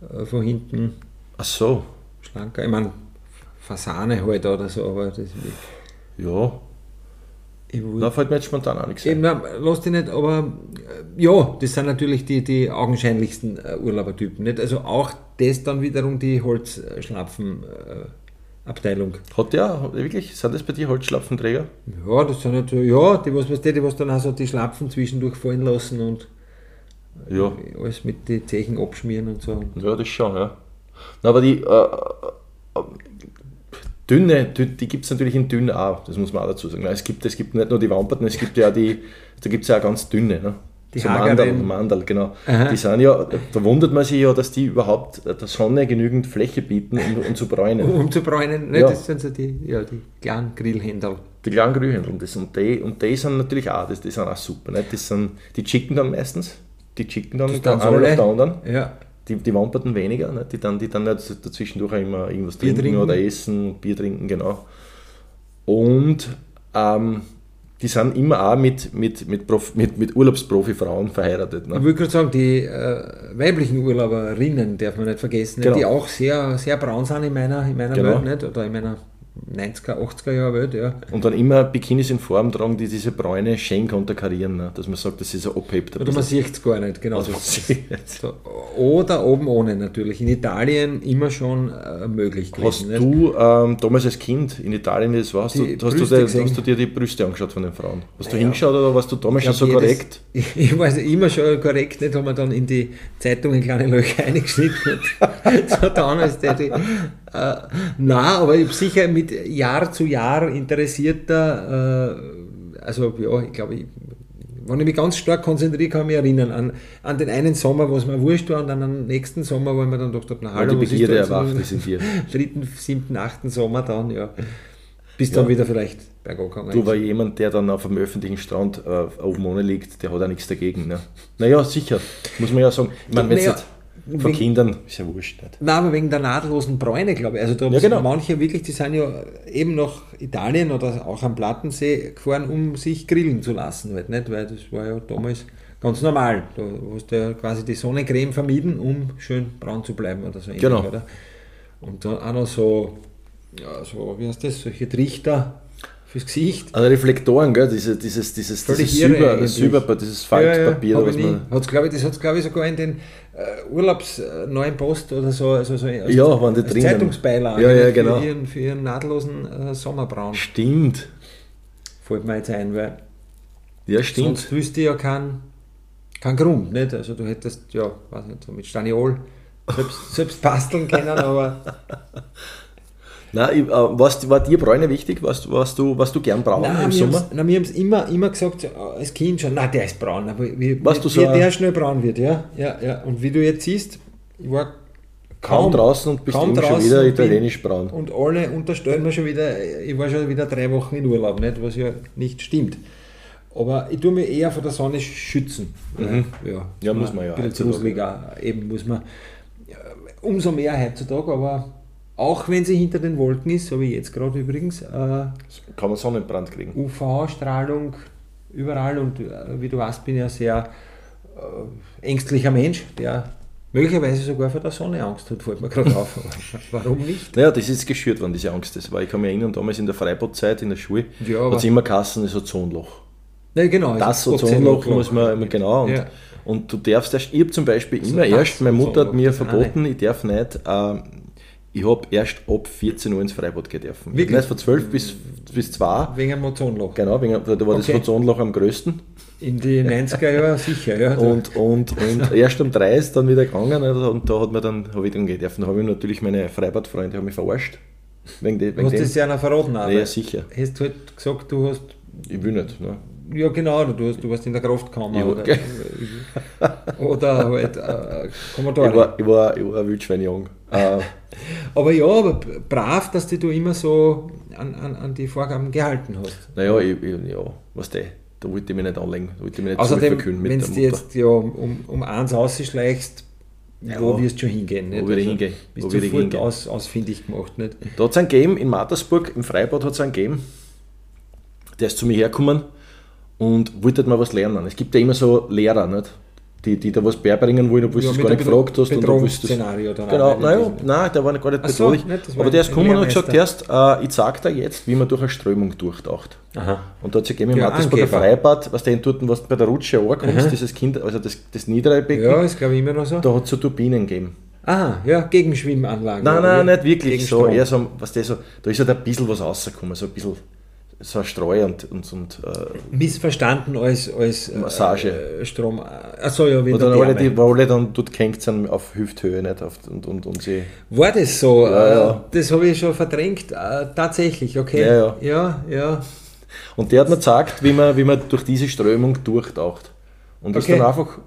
Speaker 2: äh, von hinten
Speaker 1: Ach so,
Speaker 2: schlanker. Ich meine, Fasane halt oder so, aber das ich,
Speaker 1: ja.
Speaker 2: ich will-
Speaker 1: Da fällt mir jetzt spontan auch nichts ein.
Speaker 2: Eben, na, lass dich nicht, aber äh, ja, das sind natürlich die, die augenscheinlichsten äh, Urlaubertypen. Nicht? Also auch das dann wiederum die Holzschlapfen-Abteilung.
Speaker 1: Hat der, wirklich, sind das bei dir Holzschlapfenträger?
Speaker 2: Ja, das sind halt so, ja, die, was weißt du, die, was dann auch so die Schlapfen zwischendurch fallen lassen und
Speaker 1: Ja.
Speaker 2: alles mit den Zechen abschmieren und so.
Speaker 1: Ja, das schon, ja. Na, aber die äh, äh, dünne, dü- die gibt es natürlich in dünn auch, das muss man auch dazu sagen. Nein, es, gibt, es gibt nicht nur die Wamperten, es gibt ja auch die, da gibt es ja auch ganz dünne. Ne?
Speaker 2: Die
Speaker 1: Mandal,
Speaker 2: Hageren.
Speaker 1: Mandal, genau.
Speaker 2: Aha.
Speaker 1: Die sind ja, da wundert man sich ja, dass die überhaupt der Sonne genügend Fläche bieten, um, um zu bräunen.
Speaker 2: Um zu bräunen, ne?
Speaker 1: Ja.
Speaker 2: das sind so die, ja, die kleinen Grillhändel.
Speaker 1: Die langen Grünen und das und die, und die sind natürlich auch, das, die sind auch super. Nicht? Das sind die Chicken dann meistens. Die Chicken dann,
Speaker 2: dann
Speaker 1: einer
Speaker 2: alle.
Speaker 1: nach der anderen.
Speaker 2: Ja,
Speaker 1: Die, die Wamperten weniger, ne? die dann, die dann ja daz- dazwischendurch auch immer irgendwas
Speaker 2: Bier
Speaker 1: trinken,
Speaker 2: trinken.
Speaker 1: oder essen, Bier trinken, genau. Und ähm, die sind immer auch mit, mit, mit, Prof, mit, mit Urlaubsprofi-Frauen verheiratet.
Speaker 2: ich
Speaker 1: Ne?
Speaker 2: würde gerade sagen, die äh, weiblichen Urlauberinnen darf man nicht vergessen, ne?
Speaker 1: Genau.
Speaker 2: die auch sehr, sehr braun sind in meiner, in meiner
Speaker 1: Genau.
Speaker 2: Welt, nicht? oder in meiner 90er, 80er Jahre Welt, ja.
Speaker 1: Und dann immer Bikinis in Form tragen, die diese Bräune schön konterkarieren, ne? dass man sagt, das ist ein Obhebt. ein
Speaker 2: Oder man
Speaker 1: bisschen.
Speaker 2: sieht es gar nicht, genau.
Speaker 1: Also,
Speaker 2: So, oder oben ohne natürlich. In Italien immer schon äh, möglich
Speaker 1: Hast
Speaker 2: gewesen. nicht?
Speaker 1: du ähm, damals als Kind in Italien, das warst du,
Speaker 2: Die
Speaker 1: hast, du
Speaker 2: Brüste
Speaker 1: dir,
Speaker 2: gesehen?
Speaker 1: hast du dir die Brüste angeschaut von den Frauen? Hast du hingeschaut oder warst du damals schon so
Speaker 2: Ich glaub, jedes-
Speaker 1: korrekt?
Speaker 2: Ich weiß nicht, immer schon korrekt, nicht? Haben wir dann in die Zeitungen kleine Löcher eingeschnitten. und so dann als der, die, äh, na, aber ich hab sicher mit Jahr zu Jahr interessierter, äh, also ja, ich glaube, ich, wenn ich mich ganz stark konzentriere, kann ich mich erinnern an, an den einen Sommer, was mir wurscht war, und an den nächsten Sommer, wo ich mir dann gedacht habe, na
Speaker 1: Weil die
Speaker 2: hallo, was ist da
Speaker 1: Begierde
Speaker 2: jetzt?
Speaker 1: erwacht ist in dir.
Speaker 2: dritten, siebten, achten Sommer dann, ja. Bis dann wieder vielleicht bergauf gegangen.
Speaker 1: Du war jemand, der dann auf einem öffentlichen Strand äh, oben ohne liegt, der hat auch nichts dagegen. Ne? Naja, sicher, muss man ja sagen. Ich meine, wenn es
Speaker 2: Naja,
Speaker 1: jetzt von
Speaker 2: wegen-
Speaker 1: Kindern ist ja wurscht. Nicht?
Speaker 2: Nein, aber wegen der nahtlosen Bräune, glaube ich. Also da
Speaker 1: Ja, genau.
Speaker 2: sind manche wirklich, die sind ja eben nach Italien oder auch am Plattensee gefahren, um sich grillen zu lassen, halt, nicht? weil das war ja damals ganz normal. Da hast du ja quasi die Sonnencreme vermieden, um schön braun zu bleiben oder so ähnlich,
Speaker 1: Genau.
Speaker 2: oder? Und dann auch noch so, ja, so, wie heißt das, solche Trichter fürs Gesicht.
Speaker 1: Also Reflektoren, gell? Diese, dieses, dieses,
Speaker 2: Völlig
Speaker 1: dieses
Speaker 2: irre
Speaker 1: Silber,
Speaker 2: eigentlich.
Speaker 1: Silber, dieses Faltpapier,
Speaker 2: Ja, ja,
Speaker 1: was man.
Speaker 2: hat's, glaub ich, das hat es, glaube ich, sogar in den äh, Urlaubs äh, neuen Post oder so, also so als,
Speaker 1: Ja, waren die
Speaker 2: als
Speaker 1: drinnen.
Speaker 2: Zeitungsbeilage
Speaker 1: Ja, ja,
Speaker 2: nicht,
Speaker 1: genau.
Speaker 2: für, ihren, für ihren nahtlosen äh, Sommerbraun.
Speaker 1: Stimmt.
Speaker 2: Fällt mir jetzt ein, weil
Speaker 1: Ja, stimmt.
Speaker 2: sonst wüsste ich ja keinen kein Grund. Nicht? Also du hättest, ja, weiß nicht, so mit Staniol selbst, selbst basteln können, aber
Speaker 1: Nein, ich, äh, warst, war dir Bräune wichtig? Warst, warst, du, warst du gern braun
Speaker 2: nein,
Speaker 1: im
Speaker 2: wir
Speaker 1: Sommer?
Speaker 2: haben's- nein, wir haben es immer, immer gesagt, so, äh, als Kind schon, nein, der ist braun, aber wie,
Speaker 1: Warst
Speaker 2: wie,
Speaker 1: du so
Speaker 2: wie
Speaker 1: ein-
Speaker 2: der schnell braun wird, ja, ja, ja. Und wie du jetzt siehst, ich war
Speaker 1: kaum draußen und bist
Speaker 2: kaum
Speaker 1: eben schon
Speaker 2: draußen
Speaker 1: wieder
Speaker 2: und
Speaker 1: italienisch braun.
Speaker 2: Und alle unterstellen mir schon wieder, ich war schon wieder drei Wochen in Urlaub, nicht? was ja nicht stimmt. Aber ich tue mich eher vor der Sonne schützen. Ja,
Speaker 1: Mhm. Ja, muss man ja
Speaker 2: Ein bisschen
Speaker 1: heutzutage.
Speaker 2: gruseliger, eben muss man. ja, Umso mehr heutzutage, aber auch wenn sie hinter den Wolken ist, so wie jetzt gerade übrigens, äh,
Speaker 1: Kann man Sonnenbrand kriegen.
Speaker 2: UV-Strahlung überall und äh, wie du weißt, bin ich ein sehr äh, ängstlicher Mensch, der möglicherweise sogar vor der Sonne Angst hat, fällt mir gerade auf. Warum nicht?
Speaker 1: Naja, das ist geschürt worden, diese Angst. Das war, ich kann mich erinnern, damals in der Freibadzeit, in der Schule,
Speaker 2: Ja,
Speaker 1: hat
Speaker 2: aber-
Speaker 1: es immer Kassen, das Ozonloch.
Speaker 2: Ja, genau.
Speaker 1: Das
Speaker 2: also
Speaker 1: Ozonloch
Speaker 2: Ozonloch.
Speaker 1: muss man, genau. Und,
Speaker 2: Ja.
Speaker 1: und du darfst erst, ich habe zum Beispiel immer
Speaker 2: das
Speaker 1: erst, meine Mutter hat
Speaker 2: Ozonloch,
Speaker 1: mir
Speaker 2: das
Speaker 1: verboten, ich darf nicht, ähm, ich habe erst ab 14 Uhr ins Freibad gedürfen. Ich hab
Speaker 2: Wirklich?
Speaker 1: nicht von 12 bis, bis 2,
Speaker 2: Wegen einem Ozonloch.
Speaker 1: genau, wegen, da war das
Speaker 2: Okay.
Speaker 1: Ozonloch am größten.
Speaker 2: In die 90er Jahre sicher, ja.
Speaker 1: Und, und, und erst um drei ist dann wieder gegangen also, und da hat man dann, habe ich dann gedürfen. Da habe ich natürlich meine Freibadfreunde haben mich verarscht. Wegen, de,
Speaker 2: du
Speaker 1: wegen
Speaker 2: hast
Speaker 1: dem.
Speaker 2: das ja noch verraten, aber
Speaker 1: Ja, sicher.
Speaker 2: hast halt gesagt, du hast,
Speaker 1: Ich will nicht. Ne?
Speaker 2: ja genau, du, hast, du warst in der Kraftkammer
Speaker 1: Ja,
Speaker 2: oder,
Speaker 1: okay.
Speaker 2: oder halt äh,
Speaker 1: Ich,
Speaker 2: Kommodore.
Speaker 1: war, ich, war, ich war wildschwein jung. Äh,
Speaker 2: Aber ja, aber brav, dass dich du immer so an, an, an die Vorgaben gehalten hast.
Speaker 1: naja, ich, ich, ja, was der, da wollte ich mich nicht anlegen, da wollte ich mich nicht
Speaker 2: Außerdem,
Speaker 1: zurückverkühlen
Speaker 2: wenn
Speaker 1: mit
Speaker 2: du
Speaker 1: der
Speaker 2: dir
Speaker 1: Mutter.
Speaker 2: jetzt ja, um, um eins ausschleichst,
Speaker 1: Ja.
Speaker 2: wo wirst du schon hingehen? Nicht? Also
Speaker 1: Wo würde ich hingehen?
Speaker 2: Bist
Speaker 1: Wo
Speaker 2: du
Speaker 1: würde ich
Speaker 2: sofort
Speaker 1: hingehen?
Speaker 2: Aus, ausfindig gemacht, nicht?
Speaker 1: Da hat es einen gegeben, in Mattersburg, im Freibad hat es einen gegeben, der ist zu mir hergekommen und wollte halt mal was lernen. Es gibt ja immer so Lehrer, nicht? Die, die da was beibringen wollen, obwohl
Speaker 2: Ja,
Speaker 1: du es
Speaker 2: mit
Speaker 1: gar nicht
Speaker 2: einem
Speaker 1: gefragt hast. und obwohl du das-
Speaker 2: Bedrohungsszenario dann
Speaker 1: Genau,
Speaker 2: arbeitet
Speaker 1: naja,
Speaker 2: das, ne?
Speaker 1: nein, der war nicht- gar nicht
Speaker 2: Ach so,
Speaker 1: bedrohlich.
Speaker 2: nicht, das war
Speaker 1: aber der ist
Speaker 2: ein
Speaker 1: gekommen und hat gesagt,
Speaker 2: Lehrmeister.
Speaker 1: erst, äh, ich zeig dir jetzt, wie man durch eine Strömung durchtaucht.
Speaker 2: Aha.
Speaker 1: Und da hat es gegeben im
Speaker 2: Ja,
Speaker 1: Mattersburger
Speaker 2: Angeber.
Speaker 1: Freibad, was du dort was du bei der Rutsche ankommst, dieses Kind, also das, das niedere Becken,
Speaker 2: Ja, ist glaube ich immer noch so.
Speaker 1: da hat es so Turbinen gegeben.
Speaker 2: Aha, ja, Gegenschwimmanlagen.
Speaker 1: Nein,
Speaker 2: oder
Speaker 1: nein,
Speaker 2: wie?
Speaker 1: nicht wirklich
Speaker 2: Gegen
Speaker 1: so.
Speaker 2: Strom.
Speaker 1: Eher so, was der so, da ist halt ein bisschen was rausgekommen, so ein bisschen so ein Streu und, und, und äh,
Speaker 2: Missverstanden als, als äh,
Speaker 1: Massage.
Speaker 2: Äh, Strom. Achso, ja, wie
Speaker 1: und
Speaker 2: der
Speaker 1: dann alle, die
Speaker 2: Wärme.
Speaker 1: weil alle dann dort gehängt sind auf Hüfthöhe nicht auf, und, und, und sie.
Speaker 2: War das so?
Speaker 1: Ja,
Speaker 2: äh,
Speaker 1: ja.
Speaker 2: Das habe ich schon verdrängt. Äh, tatsächlich, okay.
Speaker 1: Ja,
Speaker 2: ja. ja.
Speaker 1: Und der hat mir gezeigt, wie man, wie man durch diese Strömung durchtaucht. Und ist
Speaker 2: Okay.
Speaker 1: dann einfach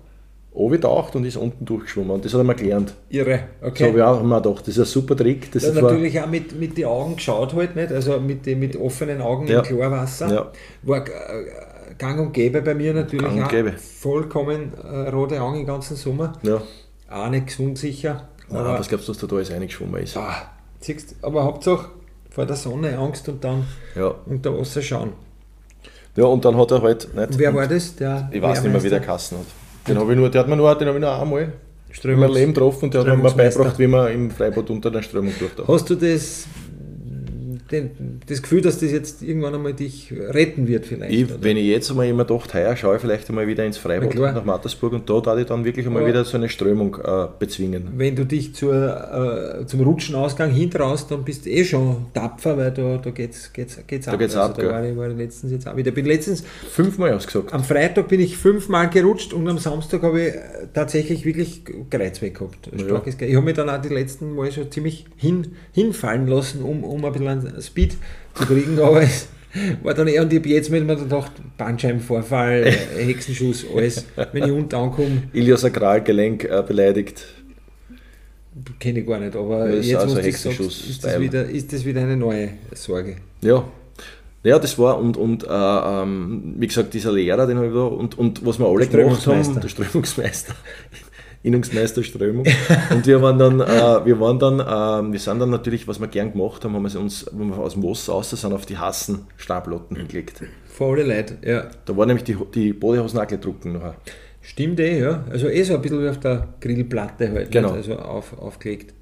Speaker 1: runtergetaucht und ist unten durchgeschwommen. Und das hat er mir gelernt.
Speaker 2: Irre,
Speaker 1: So
Speaker 2: okay.
Speaker 1: habe ich auch immer gedacht, das ist ein super Trick. Das
Speaker 2: Ja,
Speaker 1: ist zwar-
Speaker 2: natürlich auch mit, mit den Augen geschaut halt, nicht? Also mit, den- mit offenen Augen
Speaker 1: Ja.
Speaker 2: im Klarwasser.
Speaker 1: Ja.
Speaker 2: War äh, gang und gäbe bei mir natürlich
Speaker 1: Gang und
Speaker 2: auch.
Speaker 1: gäbe.
Speaker 2: Vollkommen äh, rote Augen den ganzen Sommer.
Speaker 1: ja.
Speaker 2: Auch nicht gesund sicher.
Speaker 1: Nein,
Speaker 2: aber
Speaker 1: was glaubst du, dass da da alles reingeschwommen ist?
Speaker 2: Ah, siehst, aber Hauptsache vor der Sonne Angst und dann
Speaker 1: Ja.
Speaker 2: unter Wasser schauen.
Speaker 1: ja, und dann hat er halt nicht.
Speaker 2: Wer war das? Der
Speaker 1: Ich weiß nicht mehr, wie der Kassen hat. Den habe ich nur, der hat mir nur, den habe ich nur einmal in
Speaker 2: Strömungs-
Speaker 1: meinem Leben getroffen und der hat mir mal
Speaker 2: Strömungsmeister.
Speaker 1: beigebracht, wie man im Freibad unter der Strömung durchtaucht.
Speaker 2: Hast du das, den, das Gefühl, dass das jetzt irgendwann einmal dich retten wird vielleicht?
Speaker 1: Ich,
Speaker 2: oder?
Speaker 1: wenn ich jetzt einmal immer dachte, heuer schaue ich vielleicht einmal wieder ins
Speaker 2: Na
Speaker 1: Freibad
Speaker 2: klar.
Speaker 1: nach Mattersburg und da darf ich dann wirklich einmal
Speaker 2: Ja.
Speaker 1: wieder so eine Strömung äh, bezwingen.
Speaker 2: Wenn du dich zur, äh, zum Rutschenausgang hintraust, dann bist du eh schon tapfer, weil da, da geht's, geht's, geht's ab.
Speaker 1: geht's ab,
Speaker 2: also,
Speaker 1: gell?
Speaker 2: da war ich, war ich letztens jetzt auch wieder. Bin letztens,
Speaker 1: Fünfmal ausgesagt.
Speaker 2: am Freitag bin ich fünfmal gerutscht und am Samstag habe ich äh, tatsächlich wirklich Kreuz weg gehabt. Ein Starkes Kreuz. Ich habe mich dann auch die letzten Mal schon ziemlich hin, hinfallen lassen, um, um ein bisschen an Speed zu kriegen, aber es war dann eher, und ich habe jetzt mit mir gedacht, Bandscheibenvorfall, äh, Hexenschuss, alles. Wenn ich unten ankomme,
Speaker 1: Iliosakralgelenk äh, beleidigt.
Speaker 2: kenne ich gar nicht, aber
Speaker 1: Ja, ist
Speaker 2: jetzt,
Speaker 1: auch so
Speaker 2: muss ich sagen,
Speaker 1: Hexenschuss-
Speaker 2: ist das,
Speaker 1: Style.
Speaker 2: wieder, ist das wieder eine neue Sorge.
Speaker 1: Ja. Ja, das war und, und äh, ähm, wie gesagt, dieser Lehrer, den habe ich da und, und was wir alle gemacht
Speaker 2: Strömungsmeister.
Speaker 1: haben, der Strömungsmeister, Innungsmeister Strömung. und wir waren dann, äh, wir waren dann, ähm, wir sind dann natürlich, was wir gern gemacht haben, haben wir uns, wenn wir aus dem Wasser raus sind, auf die hassen Stablotten gelegt.
Speaker 2: Für alle Leute, ja.
Speaker 1: Da waren nämlich die, die Bodehosen drucken nachher.
Speaker 2: Stimmt eh, ja. Also eh so ein bisschen wie auf der Grillplatte halt, nicht?
Speaker 1: Genau.
Speaker 2: also auf, aufgelegt.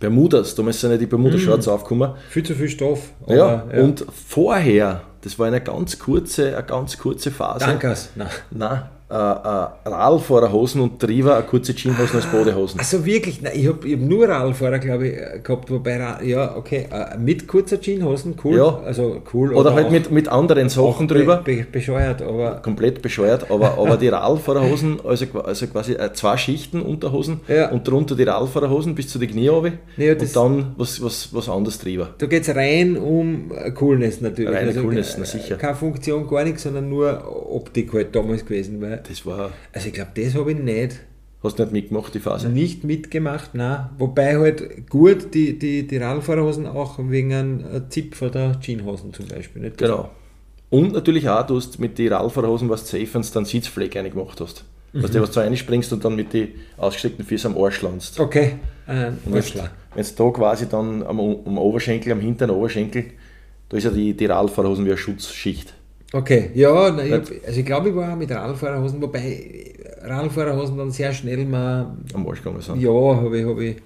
Speaker 1: Bermudas, damals sind ja die Bermuda-Shorts aufgekommen.
Speaker 2: Viel zu viel Stoff.
Speaker 1: Mhm. Ja,
Speaker 2: aber,
Speaker 1: und vorher, das war eine ganz kurze, eine ganz kurze Phase.
Speaker 2: Dankers. Nein.
Speaker 1: Nein, äh, äh, Radlfahrerhosen und Triva, eine kurze Jeanshosen als Bodehosen.
Speaker 2: Also wirklich, nein, ich habe ich hab nur Radlfahrer, glaube ich, äh, gehabt, wobei, Ra- ja, okay, äh, mit kurzer Jeanshosen, cool.
Speaker 1: Ja.
Speaker 2: Also cool.
Speaker 1: Oder halt
Speaker 2: auch-
Speaker 1: mit, mit anderen
Speaker 2: auch
Speaker 1: Sachen drüber.
Speaker 2: Be, be, bescheuert, aber
Speaker 1: Komplett bescheuert, aber, aber die Radlfahrerhosen, also, qua- also quasi äh, zwei Schichten Unterhosen
Speaker 2: Ja.
Speaker 1: und drunter die Radlfahrerhosen bis zu den Knie runter
Speaker 2: Ja,
Speaker 1: und
Speaker 2: das-
Speaker 1: dann was, was, was anderes drüber.
Speaker 2: da geht es rein um äh, Coolness natürlich.
Speaker 1: Reine Coolness,
Speaker 2: äh,
Speaker 1: na sicher.
Speaker 2: Keine Funktion, gar nichts, sondern nur Optik halt damals gewesen. Weil,
Speaker 1: Das war,
Speaker 2: also ich glaube, das habe ich nicht. also
Speaker 1: hast du nicht mitgemacht, die Phase?
Speaker 2: Nicht mitgemacht, nein. Wobei halt gut die, die, die Radlfahrerhosen auch wegen einem Zip von der Jeanshosen zum Beispiel. Nicht?
Speaker 1: Genau. Und natürlich auch, du hast mit den Radlfahrerhosen was safe, wenn du dann Sitzpflege reingemacht hast. Weißt
Speaker 2: Mhm.
Speaker 1: du, was du einspringst und dann mit den ausgestreckten Füßen am Arsch landst.
Speaker 2: Okay, äh, alles klar.
Speaker 1: Wenn du da quasi dann am, am Oberschenkel, am hinteren Oberschenkel, da ist ja die, die Radlfahrerhosen wie eine Schutzschicht.
Speaker 2: Okay, ja, na, ich hab, also ich glaube, ich war auch mit Radlfahrerhosen, wobei äh, Radlfahrerhosen dann sehr schnell mal,
Speaker 1: Am Arsch gegangen sind.
Speaker 2: ja, habe ich, hab ich,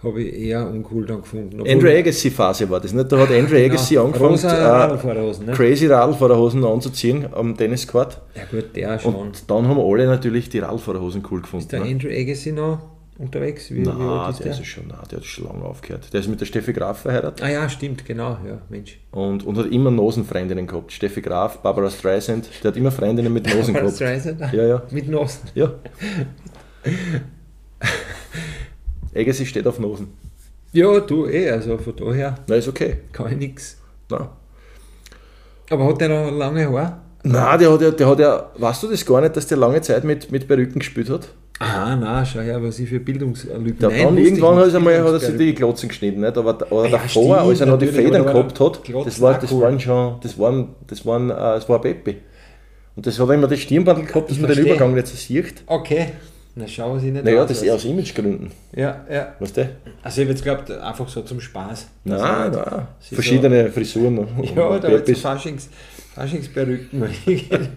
Speaker 2: hab ich eher uncool dann gefunden. Obwohl-
Speaker 1: Andrew Agassi-Phase war das nicht? Da hat Andrew Agassi
Speaker 2: Genau,
Speaker 1: angefangen,
Speaker 2: rosa
Speaker 1: äh,
Speaker 2: Radlfahrerhosen, ne?
Speaker 1: crazy Radlfahrerhosen anzuziehen am Tenniscourt.
Speaker 2: Ja gut, der schon.
Speaker 1: Und dann haben alle natürlich die Radlfahrerhosen cool
Speaker 2: ist der
Speaker 1: gefunden. Ne?
Speaker 2: Andrew Agassi noch unterwegs? Wie, wie
Speaker 1: Nein,
Speaker 2: alt
Speaker 1: der ist ja schon, nein, der hat schon lange aufgehört. Der ist mit der Steffi Graf verheiratet
Speaker 2: Ah ja, stimmt, genau, ja, Mensch.
Speaker 1: und, und hat immer Nosenfreundinnen gehabt. Steffi Graf, Barbara Streisand, der hat immer Freundinnen mit Nosen
Speaker 2: Barbra
Speaker 1: gehabt.
Speaker 2: Streisand?
Speaker 1: Ja, ja.
Speaker 2: Mit Nosen.
Speaker 1: Ja. Agassi steht auf Nosen.
Speaker 2: Ja, du eh, also von daher
Speaker 1: Na, ist okay.
Speaker 2: kann ich nichts.
Speaker 1: Nein.
Speaker 2: Aber hat der noch lange Haare?
Speaker 1: Nein, der hat ja, der hat ja, weißt du das gar nicht, dass der lange Zeit mit, mit Perücken gespielt hat?
Speaker 2: Aha, na, schau her, was ich für Bildungslücken
Speaker 1: Der
Speaker 2: Nein,
Speaker 1: dann
Speaker 2: wusste ich
Speaker 1: irgendwann
Speaker 2: nicht.
Speaker 1: hat, er mal, hat er sich
Speaker 2: Bildungsperücke.
Speaker 1: die Glotzen geschnitten, nicht? Aber, aber
Speaker 2: ja,
Speaker 1: davor,
Speaker 2: stimmt,
Speaker 1: als er noch die
Speaker 2: natürlich,
Speaker 1: Federn
Speaker 2: aber da
Speaker 1: gehabt
Speaker 2: waren
Speaker 1: hat,
Speaker 2: Glotzen
Speaker 1: das, war,
Speaker 2: auch
Speaker 1: das
Speaker 2: cool.
Speaker 1: waren schon, das waren, das waren, äh, das war ein Baby. Und das hat er immer das Stirnbandel gehabt, dass man den
Speaker 2: verstehe.
Speaker 1: Übergang nicht so sieht.
Speaker 2: Okay. Na, schau, was ich nicht
Speaker 1: Naja,
Speaker 2: weiß,
Speaker 1: das
Speaker 2: was-
Speaker 1: ist eher aus Imagegründen.
Speaker 2: Ja, ja.
Speaker 1: Weißt du?
Speaker 2: Also ich habe jetzt geglaubt, einfach so zum Spaß.
Speaker 1: Nein,
Speaker 2: Also,
Speaker 1: nein.
Speaker 2: Sie
Speaker 1: Verschiedene Frisuren. und-
Speaker 2: Ja,
Speaker 1: und
Speaker 2: da habe ich
Speaker 1: Peppis.
Speaker 2: so Faschings, Faschingsperücken.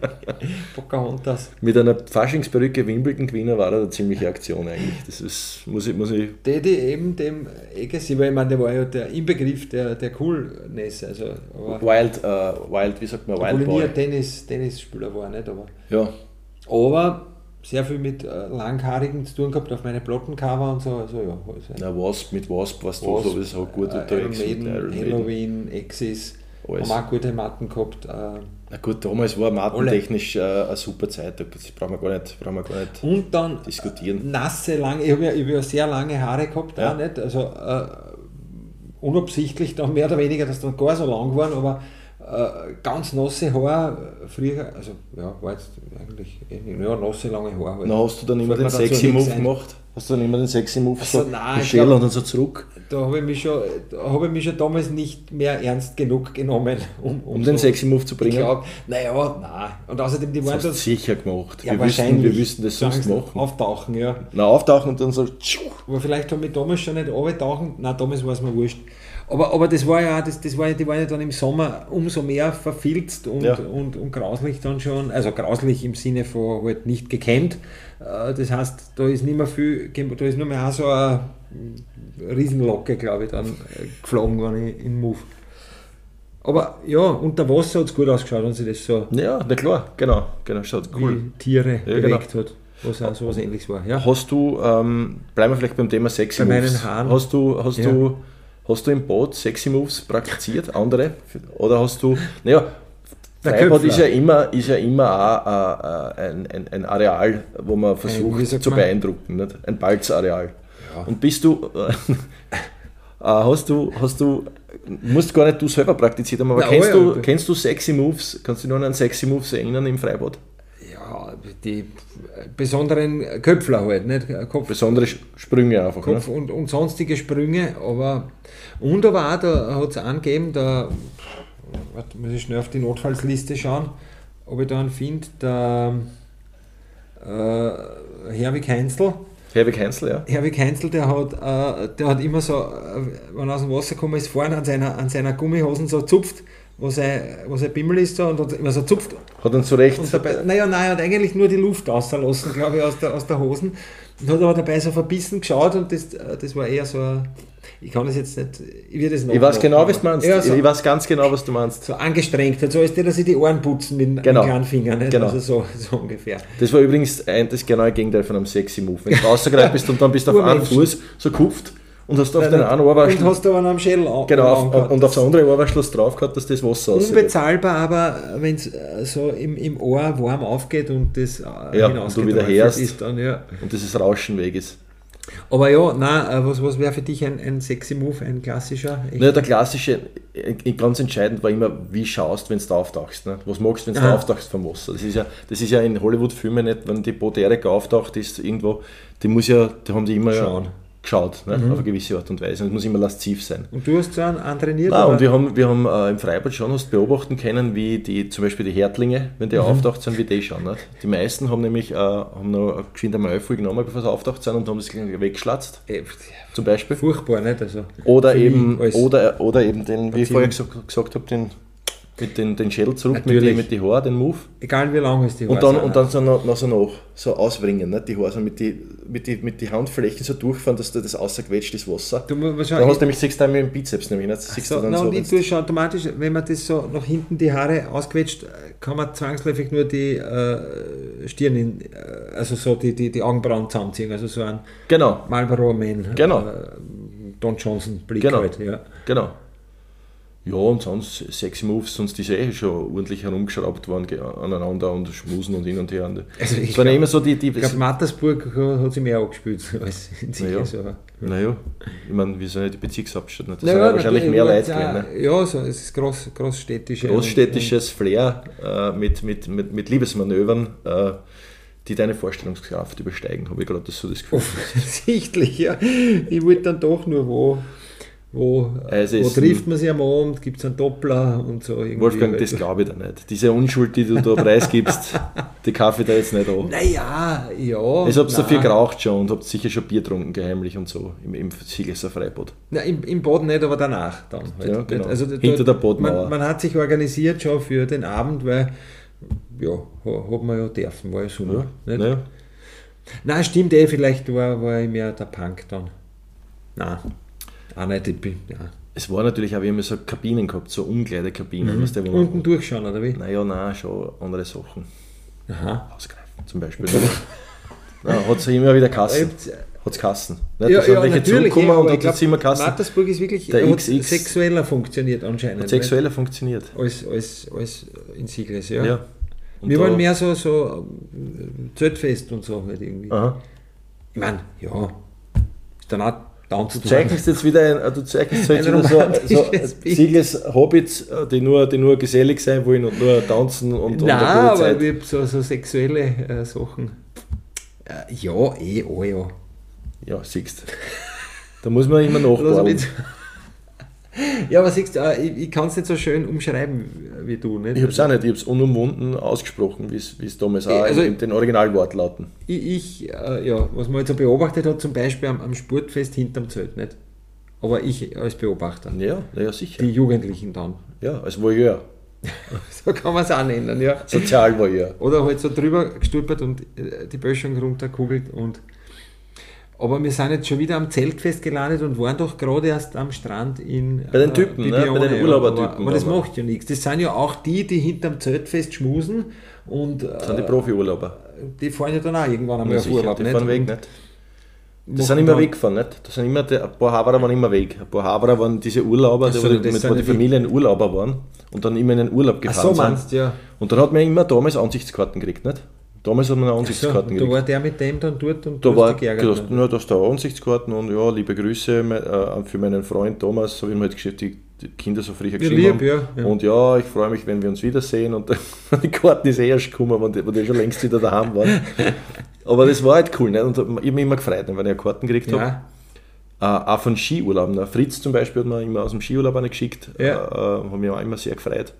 Speaker 2: Pocahontas.
Speaker 1: Mit einer Faschingsperücke Wimbledon-Gewinner war er eine ziemliche Aktion eigentlich. Das ist, muss ich, muss ich,
Speaker 2: Der, die eben dem Egesi, weil ich meine, der war ja der Inbegriff der, der Coolness. Also, aber
Speaker 1: Wild, äh, Wild, wie sagt man,
Speaker 2: obwohl
Speaker 1: Wild
Speaker 2: ich nie
Speaker 1: Boy.
Speaker 2: ein Tennis, Tennisspieler war, nicht? Aber,
Speaker 1: Ja,
Speaker 2: aber sehr viel mit äh, Langhaarigen zu tun gehabt auf meine Plattencover und so. Also, ja, also,
Speaker 1: na, Wasp mit Wasp warst du
Speaker 2: Wasp,
Speaker 1: so, so gut
Speaker 2: äh, Iron
Speaker 1: unterwegs. mit
Speaker 2: Maiden,
Speaker 1: Iron Maiden.
Speaker 2: Halloween, Exis.
Speaker 1: Alles.
Speaker 2: Haben auch gute Matten gehabt. Äh,
Speaker 1: Na gut, damals war martentechnisch äh, eine super Zeit, das brauchen wir gar nicht, brauchen wir gar nicht
Speaker 2: und dann
Speaker 1: diskutieren.
Speaker 2: nasse, lange, ich habe ja, ich hab ja sehr lange Haare gehabt,
Speaker 1: Ja.
Speaker 2: auch nicht? also äh, unabsichtlich dann mehr oder weniger, dass dann gar so lang waren, aber äh, ganz nasse Haare, äh, früher, also ja, war jetzt eigentlich, eh nicht- ja, nasse, lange Haare halt.
Speaker 1: Na, hast du dann immer
Speaker 2: Fällt
Speaker 1: den
Speaker 2: mir dazu
Speaker 1: sexy
Speaker 2: nichts
Speaker 1: Move
Speaker 2: ein.
Speaker 1: gemacht? Hast du dann immer den sexy Move
Speaker 2: Also,
Speaker 1: so
Speaker 2: nein, ich
Speaker 1: geschält
Speaker 2: glaub-
Speaker 1: und dann so zurück?
Speaker 2: Da habe ich, mich schon- da hab ich mich schon damals nicht mehr ernst genug genommen, um,
Speaker 1: Um den sexy Move zu
Speaker 2: Ich
Speaker 1: bringen?
Speaker 2: glaube, naja, nein. Und außerdem, die
Speaker 1: das
Speaker 2: waren
Speaker 1: hast du
Speaker 2: dann
Speaker 1: sicher gemacht.
Speaker 2: ja,
Speaker 1: wir, wüssten, wir
Speaker 2: wahrscheinlich
Speaker 1: wüssten das sonst
Speaker 2: langsam
Speaker 1: machen.
Speaker 2: Auftauchen, ja.
Speaker 1: Na, auftauchen und dann so... tschuh.
Speaker 2: Aber vielleicht haben wir damals schon nicht runtertauchen. Nein, damals war es mir wurscht. Aber, aber das war ja, auch- das, das war ja, die waren ja dann im Sommer umso mehr verfilzt und,
Speaker 1: Ja.
Speaker 2: und, und grauslich dann schon. Also grauslich im Sinne von halt nicht gekämmt. Äh, Das heißt, da ist nicht mehr viel, gem- da ist nur mehr auch so eine Riesenlocke, glaube ich, dann äh, geflogen worden in in Move. Aber ja, unter Wasser hat es gut ausgeschaut, wenn sie das so
Speaker 1: Ja, na klar, genau, genau, schaut cool.
Speaker 2: wie Tiere
Speaker 1: Ja, genau.
Speaker 2: bewegt hat. Was auch so was ähnliches war. Ja.
Speaker 1: Hast du, ähm, bleiben wir vielleicht beim Thema Sexy
Speaker 2: Bei meinen
Speaker 1: Moves.
Speaker 2: Haaren.
Speaker 1: Hast du, hast
Speaker 2: Ja.
Speaker 1: du, hast du im Boot Sexy Moves praktiziert, andere? Oder hast du, naja,
Speaker 2: Der
Speaker 1: Freibad
Speaker 2: Köpfler.
Speaker 1: ist ja immer, ist ja immer auch äh, äh, ein, ein, ein Areal, wo man versucht
Speaker 2: wie sagt
Speaker 1: zu
Speaker 2: man?
Speaker 1: beeindrucken, nicht? ein Balzareal. Und bist du, äh, äh, hast du, hast du, musst gar nicht du selber praktiziert haben, aber
Speaker 2: Na,
Speaker 1: kennst,
Speaker 2: oh ja.
Speaker 1: du, kennst du Sexy Moves, kannst du dich noch an Sexy Moves erinnern im Freibad?
Speaker 2: Ja, die besonderen Köpfler halt, nicht? Kopf,
Speaker 1: Besondere Sch- Sprünge einfach, ne?
Speaker 2: Kopf und, und sonstige Sprünge, aber und aber auch, da hat es angegeben, da warte, muss ich schnell auf die Notfallsliste schauen, ob ich da einen finde, der äh, Herwig Heinzel.
Speaker 1: Herwig Heinzel, ja.
Speaker 2: Herwig Heinzel, der hat, äh, der hat immer so, äh, wenn er aus dem Wasser gekommen ist, vorne an seiner, an seiner Gummihosen so zupft, wo sein, wo sein Bimmel ist so, und hat immer so zupft
Speaker 1: Hat dann zurecht.
Speaker 2: und dabei, naja, nein, er hat eigentlich nur die Luft ausgelassen, glaube ich, aus der, aus der Hosen. Und hat aber dabei so verbissen geschaut und das, äh, das war eher so ein, ich kann das jetzt nicht, ich werde es noch.
Speaker 1: Ich weiß genau, was du meinst.
Speaker 2: Ja, so,
Speaker 1: Ich weiß ganz genau, was du meinst.
Speaker 2: so angestrengt hat, so ist der, dass sie die Ohren putzen mit den
Speaker 1: Genau.
Speaker 2: kleinen Fingern, nicht?
Speaker 1: Genau.
Speaker 2: also so, so ungefähr.
Speaker 1: Das war übrigens ein, das genaue Gegenteil von einem sexy Move. Wenn du rausgereift bist und dann bist du auf einen
Speaker 2: Urmenschen.
Speaker 1: Fuß so kupft und hast auf den einen
Speaker 2: und
Speaker 1: Ohrwaschel,
Speaker 2: hast aber noch am Schädel an-
Speaker 1: genau, auf,
Speaker 2: angehört.
Speaker 1: und aufs andere Ohrwaschel drauf gehabt, dass das Wasser aussieht.
Speaker 2: Unbezahlbar, aber wenn es so im, im Ohr warm aufgeht und das äh,
Speaker 1: Ja, und du
Speaker 2: hinausgeht,
Speaker 1: wieder hörst.
Speaker 2: ist dann, ja.
Speaker 1: Und dieses Rauschen weg ist.
Speaker 2: Aber ja, nein, äh, was, was wäre für dich ein, ein sexy Move, ein klassischer? Ich-
Speaker 1: Ja, der klassische, äh, ganz entscheidend war immer, wie schaust, wenn du auftauchst. Ne? Was magst du, wenn du
Speaker 2: Aha.
Speaker 1: auftauchst vom Wasser? Das ist ja, das ist ja in Hollywood-Filmen nicht, wenn die Bote Erika auftaucht, ist irgendwo, die muss ja, die haben die immer
Speaker 2: Schauen. Mhm.
Speaker 1: Ja geschaut, ne? auf eine gewisse Art und Weise. Und es muss immer lasziv sein.
Speaker 2: Und du hast so einen antrainiert?
Speaker 1: Nein,
Speaker 2: oder?
Speaker 1: und wir haben, wir haben äh, im Freibad schon hast beobachten können, wie die, zum Beispiel die Härtlinge, wenn die
Speaker 2: Mhm.
Speaker 1: auftaucht sind, wie die schauen. Nicht? Die meisten haben nämlich äh, haben noch geschwind einmal Öffel genommen, bevor sie auftaucht sind und haben es gleich weggeschlatzt,
Speaker 2: Äh,
Speaker 1: zum Beispiel.
Speaker 2: Furchtbar, nicht? Also,
Speaker 1: Oder
Speaker 2: für mich
Speaker 1: eben,
Speaker 2: als-
Speaker 1: oder, oder eben den, wie ich
Speaker 2: Spazieren.
Speaker 1: vorher gesagt, gesagt habe, den, mit den, den Schädel zurück, mit
Speaker 2: Natürlich.
Speaker 1: den, mit den Haaren, den Move.
Speaker 2: Egal wie lang es die
Speaker 1: Und
Speaker 2: Haare
Speaker 1: dann,
Speaker 2: sind,
Speaker 1: und dann so noch, noch so nach, so auswringen, nicht? die Haare, so mit den mit die, mit die Handflächen so durchfahren, dass du das ausgequetschtes Wasser.
Speaker 2: Du musst
Speaker 1: dann
Speaker 2: wahrscheinlich.
Speaker 1: hast du nämlich, siehst du einmal im Bizeps nämlich, nicht? Siehst
Speaker 2: so,
Speaker 1: du dann
Speaker 2: na,
Speaker 1: so,
Speaker 2: und
Speaker 1: wenn's-
Speaker 2: ich tue schon automatisch, wenn man das so nach hinten die Haare ausquetscht, äh, kann man zwangsläufig nur die äh, Stirn, in, äh, also so die, die, die Augenbrauen zusammenziehen, also so ein
Speaker 1: Genau,
Speaker 2: Marlboro Man,
Speaker 1: Genau.
Speaker 2: äh, Don Johnson Blick
Speaker 1: Genau.
Speaker 2: halt, ja.
Speaker 1: Genau. Ja, und sonst sechs Moves, sonst ist eh schon ordentlich herumgeschraubt worden ge- aneinander und schmusen und hin und her.
Speaker 2: Also ich
Speaker 1: es waren ja immer so die. die
Speaker 2: Ich glaube, Mattersburg hat sich mehr angespielt als in sich.
Speaker 1: Naja.
Speaker 2: Also.
Speaker 1: naja, ich meine, wir sind ja die Bezirkshauptstadt, ne? das sind ja wahrscheinlich mehr Leute.
Speaker 2: Ja,
Speaker 1: gewesen, Ne?
Speaker 2: ja so, es ist groß, großstädtische. und-
Speaker 1: Großstädtisches Flair äh, mit, mit, mit, mit Liebesmanövern, äh, die deine Vorstellungskraft übersteigen, habe ich gerade so das Gefühl.
Speaker 2: Offensichtlich, ja. Ich wollte dann doch nur wo. Wo, wo
Speaker 1: Eisessen.
Speaker 2: trifft man sich am Abend? Gibt es einen Doppler und so? irgendwie. halt.
Speaker 1: Wolfgang, das glaube ich dir nicht. Diese Unschuld, die du da preisgibst, die Kaffee da jetzt nicht an.
Speaker 2: Naja, ja.
Speaker 1: Also habt ihr
Speaker 2: nein.
Speaker 1: dafür geraucht schon und habt sicher schon Bier getrunken, geheimlich und so, im, im Siegesser Freibad.
Speaker 2: Na, im, Im Boden nicht, aber danach dann. Halt.
Speaker 1: Ja, genau.
Speaker 2: also,
Speaker 1: Hinter der Bodenmauer.
Speaker 2: Man, man hat sich organisiert schon für den Abend, weil, ja, ha- hat man ja dürfen, war ja Sommer.
Speaker 1: Ja, ne?
Speaker 2: nicht?
Speaker 1: naja.
Speaker 2: Nein, stimmt eh, vielleicht war, war ich mehr der Punk dann. Nein, auch nicht, ich bin, ja.
Speaker 1: Es war natürlich auch, wir haben ja so Kabinen gehabt, so Umkleidekabinen, weißt du, wo man-
Speaker 2: Mhm. Unten durchschauen, oder wie?
Speaker 1: Naja, nein, schon andere Sachen.
Speaker 2: Aha.
Speaker 1: Ausgreifen zum Beispiel. Hat es immer wieder Kassen.
Speaker 2: Gibt's-
Speaker 1: Hat es Kassen. Nicht, da sind welche zugekommen
Speaker 2: eh, aber
Speaker 1: und
Speaker 2: ich
Speaker 1: hat es
Speaker 2: glaub,
Speaker 1: immer Kassen.
Speaker 2: Mattersburg ist wirklich
Speaker 1: Der
Speaker 2: hat
Speaker 1: XX
Speaker 2: sexueller funktioniert anscheinend. ne?
Speaker 1: Sexueller funktioniert.
Speaker 2: nicht? Als, als, als in Sigles, ja.
Speaker 1: Ja. Und
Speaker 2: Wir
Speaker 1: da-
Speaker 2: waren mehr so, so äh, Zeltfest und so halt irgendwie.
Speaker 1: Aha.
Speaker 2: Ich meine, ja, ist dann auch tanzt
Speaker 1: Du zeichnest jetzt wieder ein, äh, du zeichnest jetzt
Speaker 2: Ein
Speaker 1: wieder so, so
Speaker 2: romantisches Bild.
Speaker 1: Sigles Hobbits, die nur, die nur gesellig sein wollen und nur tanzen und, und
Speaker 2: Nein,
Speaker 1: eine gute
Speaker 2: aber
Speaker 1: Zeit.
Speaker 2: ich hab so, so sexuelle äh, Sachen. Äh, ja, eh, oh ja.
Speaker 1: Ja, siehst Da muss man immer
Speaker 2: Lass mich
Speaker 1: nachbauen.
Speaker 2: jetzt- ja, aber siehst du, äh, ich, ich kann es nicht so schön umschreiben wie du. Nicht?
Speaker 1: Ich hab's auch nicht, ich hab's unumwunden ausgesprochen, wie es damals auch
Speaker 2: Also-
Speaker 1: in den Originalwortlauten.
Speaker 2: Ich, ich äh, ja, was man jetzt so beobachtet hat, zum Beispiel am, am Sportfest hinterm Zelt, nicht? Aber ich als Beobachter.
Speaker 1: Ja, naja, sicher.
Speaker 2: Die Jugendlichen dann.
Speaker 1: Ja, als Voyeur.
Speaker 2: So kann man es auch nennen, ja.
Speaker 1: Sozialvoyeur.
Speaker 2: Oder halt so drüber gestolpert und äh, die Böschung runterkugelt und. Aber wir sind jetzt schon wieder am Zeltfest gelandet und waren doch gerade erst am Strand in.
Speaker 1: Bei den Typen, ne? Bei den
Speaker 2: Bibione, ja.
Speaker 1: Urlaubertypen
Speaker 2: Aber, aber das
Speaker 1: waren wir.
Speaker 2: macht ja nichts. Das sind ja auch die, die hinterm Zeltfest schmusen und.
Speaker 1: Das sind die
Speaker 2: Äh,
Speaker 1: Profiurlauber.
Speaker 2: die fahren ja dann auch irgendwann einmal auf
Speaker 1: Sicher,
Speaker 2: Urlaub,
Speaker 1: die fahren weg,
Speaker 2: Und
Speaker 1: nicht? Die
Speaker 2: machen
Speaker 1: sind immer
Speaker 2: dann-
Speaker 1: weggefahren, nicht? Das sind immer, die, ein paar Haberer waren immer weg. Ein paar Haberer waren diese Urlauber,
Speaker 2: so,
Speaker 1: die,
Speaker 2: das
Speaker 1: mit,
Speaker 2: sind
Speaker 1: wo die
Speaker 2: die-
Speaker 1: Familien Urlauber waren und dann immer in den Urlaub
Speaker 2: Ach
Speaker 1: gefahren
Speaker 2: so,
Speaker 1: sind.
Speaker 2: meinst du, ja.
Speaker 1: Und dann hat man immer damals Ansichtskarten gekriegt, nicht? Damals hat man eine
Speaker 2: So,
Speaker 1: Ansichtskarten
Speaker 2: da
Speaker 1: gekriegt.
Speaker 2: war der mit dem dann dort und
Speaker 1: Da
Speaker 2: du
Speaker 1: war
Speaker 2: hast dich geärgert. ne?
Speaker 1: das, nur das da Ansichtskarten und ja, liebe Grüße me- äh, für meinen Freund Thomas, so wie man halt geschickt, die die Kinder so frisch geschrieben
Speaker 2: lieb,
Speaker 1: haben.
Speaker 2: ja, ja.
Speaker 1: Und ja, ich freue mich, wenn wir uns wiedersehen. Und die Karten ist eh erst gekommen, wenn die, wenn die schon längst wieder daheim waren. Aber das war halt cool, nicht? Und ich habe mich immer gefreut, ne, wenn ich eine Karten gekriegt habe.
Speaker 2: ja.
Speaker 1: Äh, auch von Skiurlauben. Der Fritz zum Beispiel hat mir immer aus dem Skiurlaub eine geschickt.
Speaker 2: Ja.
Speaker 1: Äh, äh, haben mich auch immer sehr gefreut.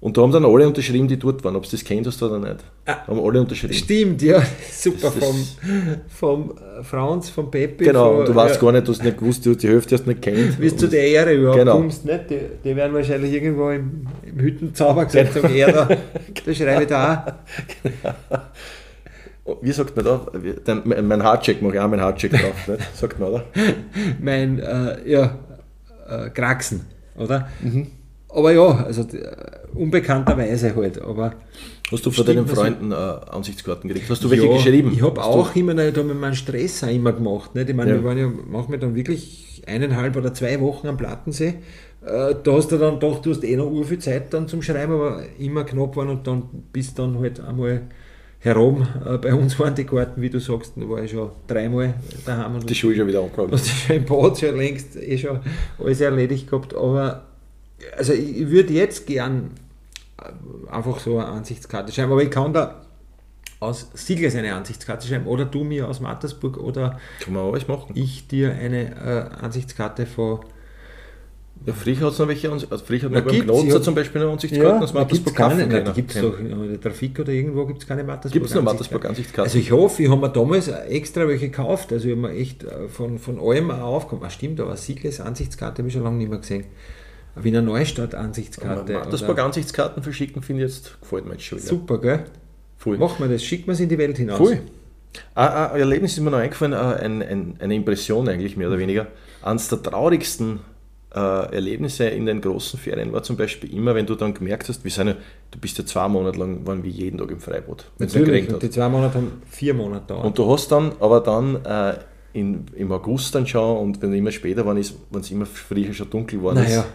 Speaker 1: Und da haben dann alle unterschrieben, die dort waren, ob sie das kennt hast oder nicht.
Speaker 2: Ah.
Speaker 1: Haben alle unterschrieben.
Speaker 2: Stimmt, ja, super.
Speaker 1: Das
Speaker 2: Vom,
Speaker 1: ist-
Speaker 2: vom äh, Franz, vom Peppi.
Speaker 1: Genau,
Speaker 2: von,
Speaker 1: und du weißt
Speaker 2: ja,
Speaker 1: gar nicht, du hast nicht gewusst, du hast die Hälfte hast nicht kennt.
Speaker 2: Bis zu der Ehre überhaupt
Speaker 1: Genau.
Speaker 2: kommst, nicht? Die, die werden wahrscheinlich irgendwo im, im Hüttenzauber gesagt
Speaker 1: Genau.
Speaker 2: haben, er da, da schreibe ich da
Speaker 1: Wie sagt man da? Wie- Dann, mein mein Hardcheck mache ich auch meinen Hardcheck drauf. Nicht? Sagt man, oder?
Speaker 2: auch mein äh, ja, äh, Kraxen, oder?
Speaker 1: Mhm.
Speaker 2: Aber ja, also d- äh, unbekannterweise halt, aber
Speaker 1: Hast du von
Speaker 2: Stimmt,
Speaker 1: deinen
Speaker 2: was
Speaker 1: Freunden äh, Ansichtskarten gekriegt? Hast du welche
Speaker 2: ja,
Speaker 1: geschrieben?
Speaker 2: Ich habe
Speaker 1: Hast
Speaker 2: auch immer, da habe ich meinen Stress auch immer gemacht. Nicht? Ich meine,
Speaker 1: Ja.
Speaker 2: wir waren ja manchmal dann wirklich eineinhalb oder zwei Wochen am Plattensee. Äh, Da hast du dann gedacht, du hast eh noch ur viel Zeit dann zum Schreiben, aber immer knapp waren und dann bis dann halt einmal herum. Äh, Bei uns waren die Karten, wie du sagst, da war ich schon dreimal daheim und
Speaker 1: Du die Schule schon wieder angefangen.
Speaker 2: was ich schon im Bad schon längst eh schon alles erledigt gehabt, aber also ich, ich würde jetzt gern äh, einfach so eine Ansichtskarte schreiben, aber ich kann da aus Sigles eine Ansichtskarte schreiben oder du mir aus Mattersburg oder
Speaker 1: Kann man alles machen.
Speaker 2: ich dir eine äh, Ansichtskarte von
Speaker 1: Ja, Frich hat noch welche Ans- also Frich hat
Speaker 2: Na,
Speaker 1: noch beim
Speaker 2: gibt's, ich
Speaker 1: Knotzer
Speaker 2: hab-
Speaker 1: zum Beispiel eine Ansichtskarten, das
Speaker 2: da gibt's
Speaker 1: Mattersburg
Speaker 2: keine,
Speaker 1: kaufen
Speaker 2: nein,
Speaker 1: können.
Speaker 2: die gibt's doch, in der Trafik oder irgendwo gibt es keine Mattersburg.
Speaker 1: Gibt's noch
Speaker 2: Ansichtskarte?
Speaker 1: Mattersburg-Ansichtskarte?
Speaker 2: Also ich hoffe, ich habe mir damals extra welche gekauft, also ich habe mir echt äh, von, von allem auch aufgekommen. Ah, stimmt, aber Siegles Ansichtskarte habe ich schon lange nicht mehr gesehen. Eine Wiener Neustadt Ansichtskarte.
Speaker 1: Mattersburg Ansichtskarten verschicken finde ich jetzt, gefällt mir jetzt schon
Speaker 2: oder-
Speaker 1: wieder.
Speaker 2: Super, gell?
Speaker 1: Voll.
Speaker 2: Machen wir das, schicken wir es in die Welt hinaus.
Speaker 1: Voll. Ah, ah, ein Erlebnis ist mir noch eingefallen, ah, ein, ein, eine Impression eigentlich mehr oder weniger. Eines der traurigsten äh, Erlebnisse in den großen Ferien war zum Beispiel immer, wenn du dann gemerkt hast, wir sind ja, du bist ja zwei Monate lang, waren wir jeden Tag im Freibad. wenn's nicht
Speaker 2: Natürlich,
Speaker 1: geregnet
Speaker 2: und
Speaker 1: hat.
Speaker 2: die zwei Monate haben vier Monate dauert.
Speaker 1: Und du hast dann, aber dann äh, in, im August dann schon und wenn immer später waren, ist, wenn es immer früher schon dunkel geworden
Speaker 2: Naja.
Speaker 1: ist.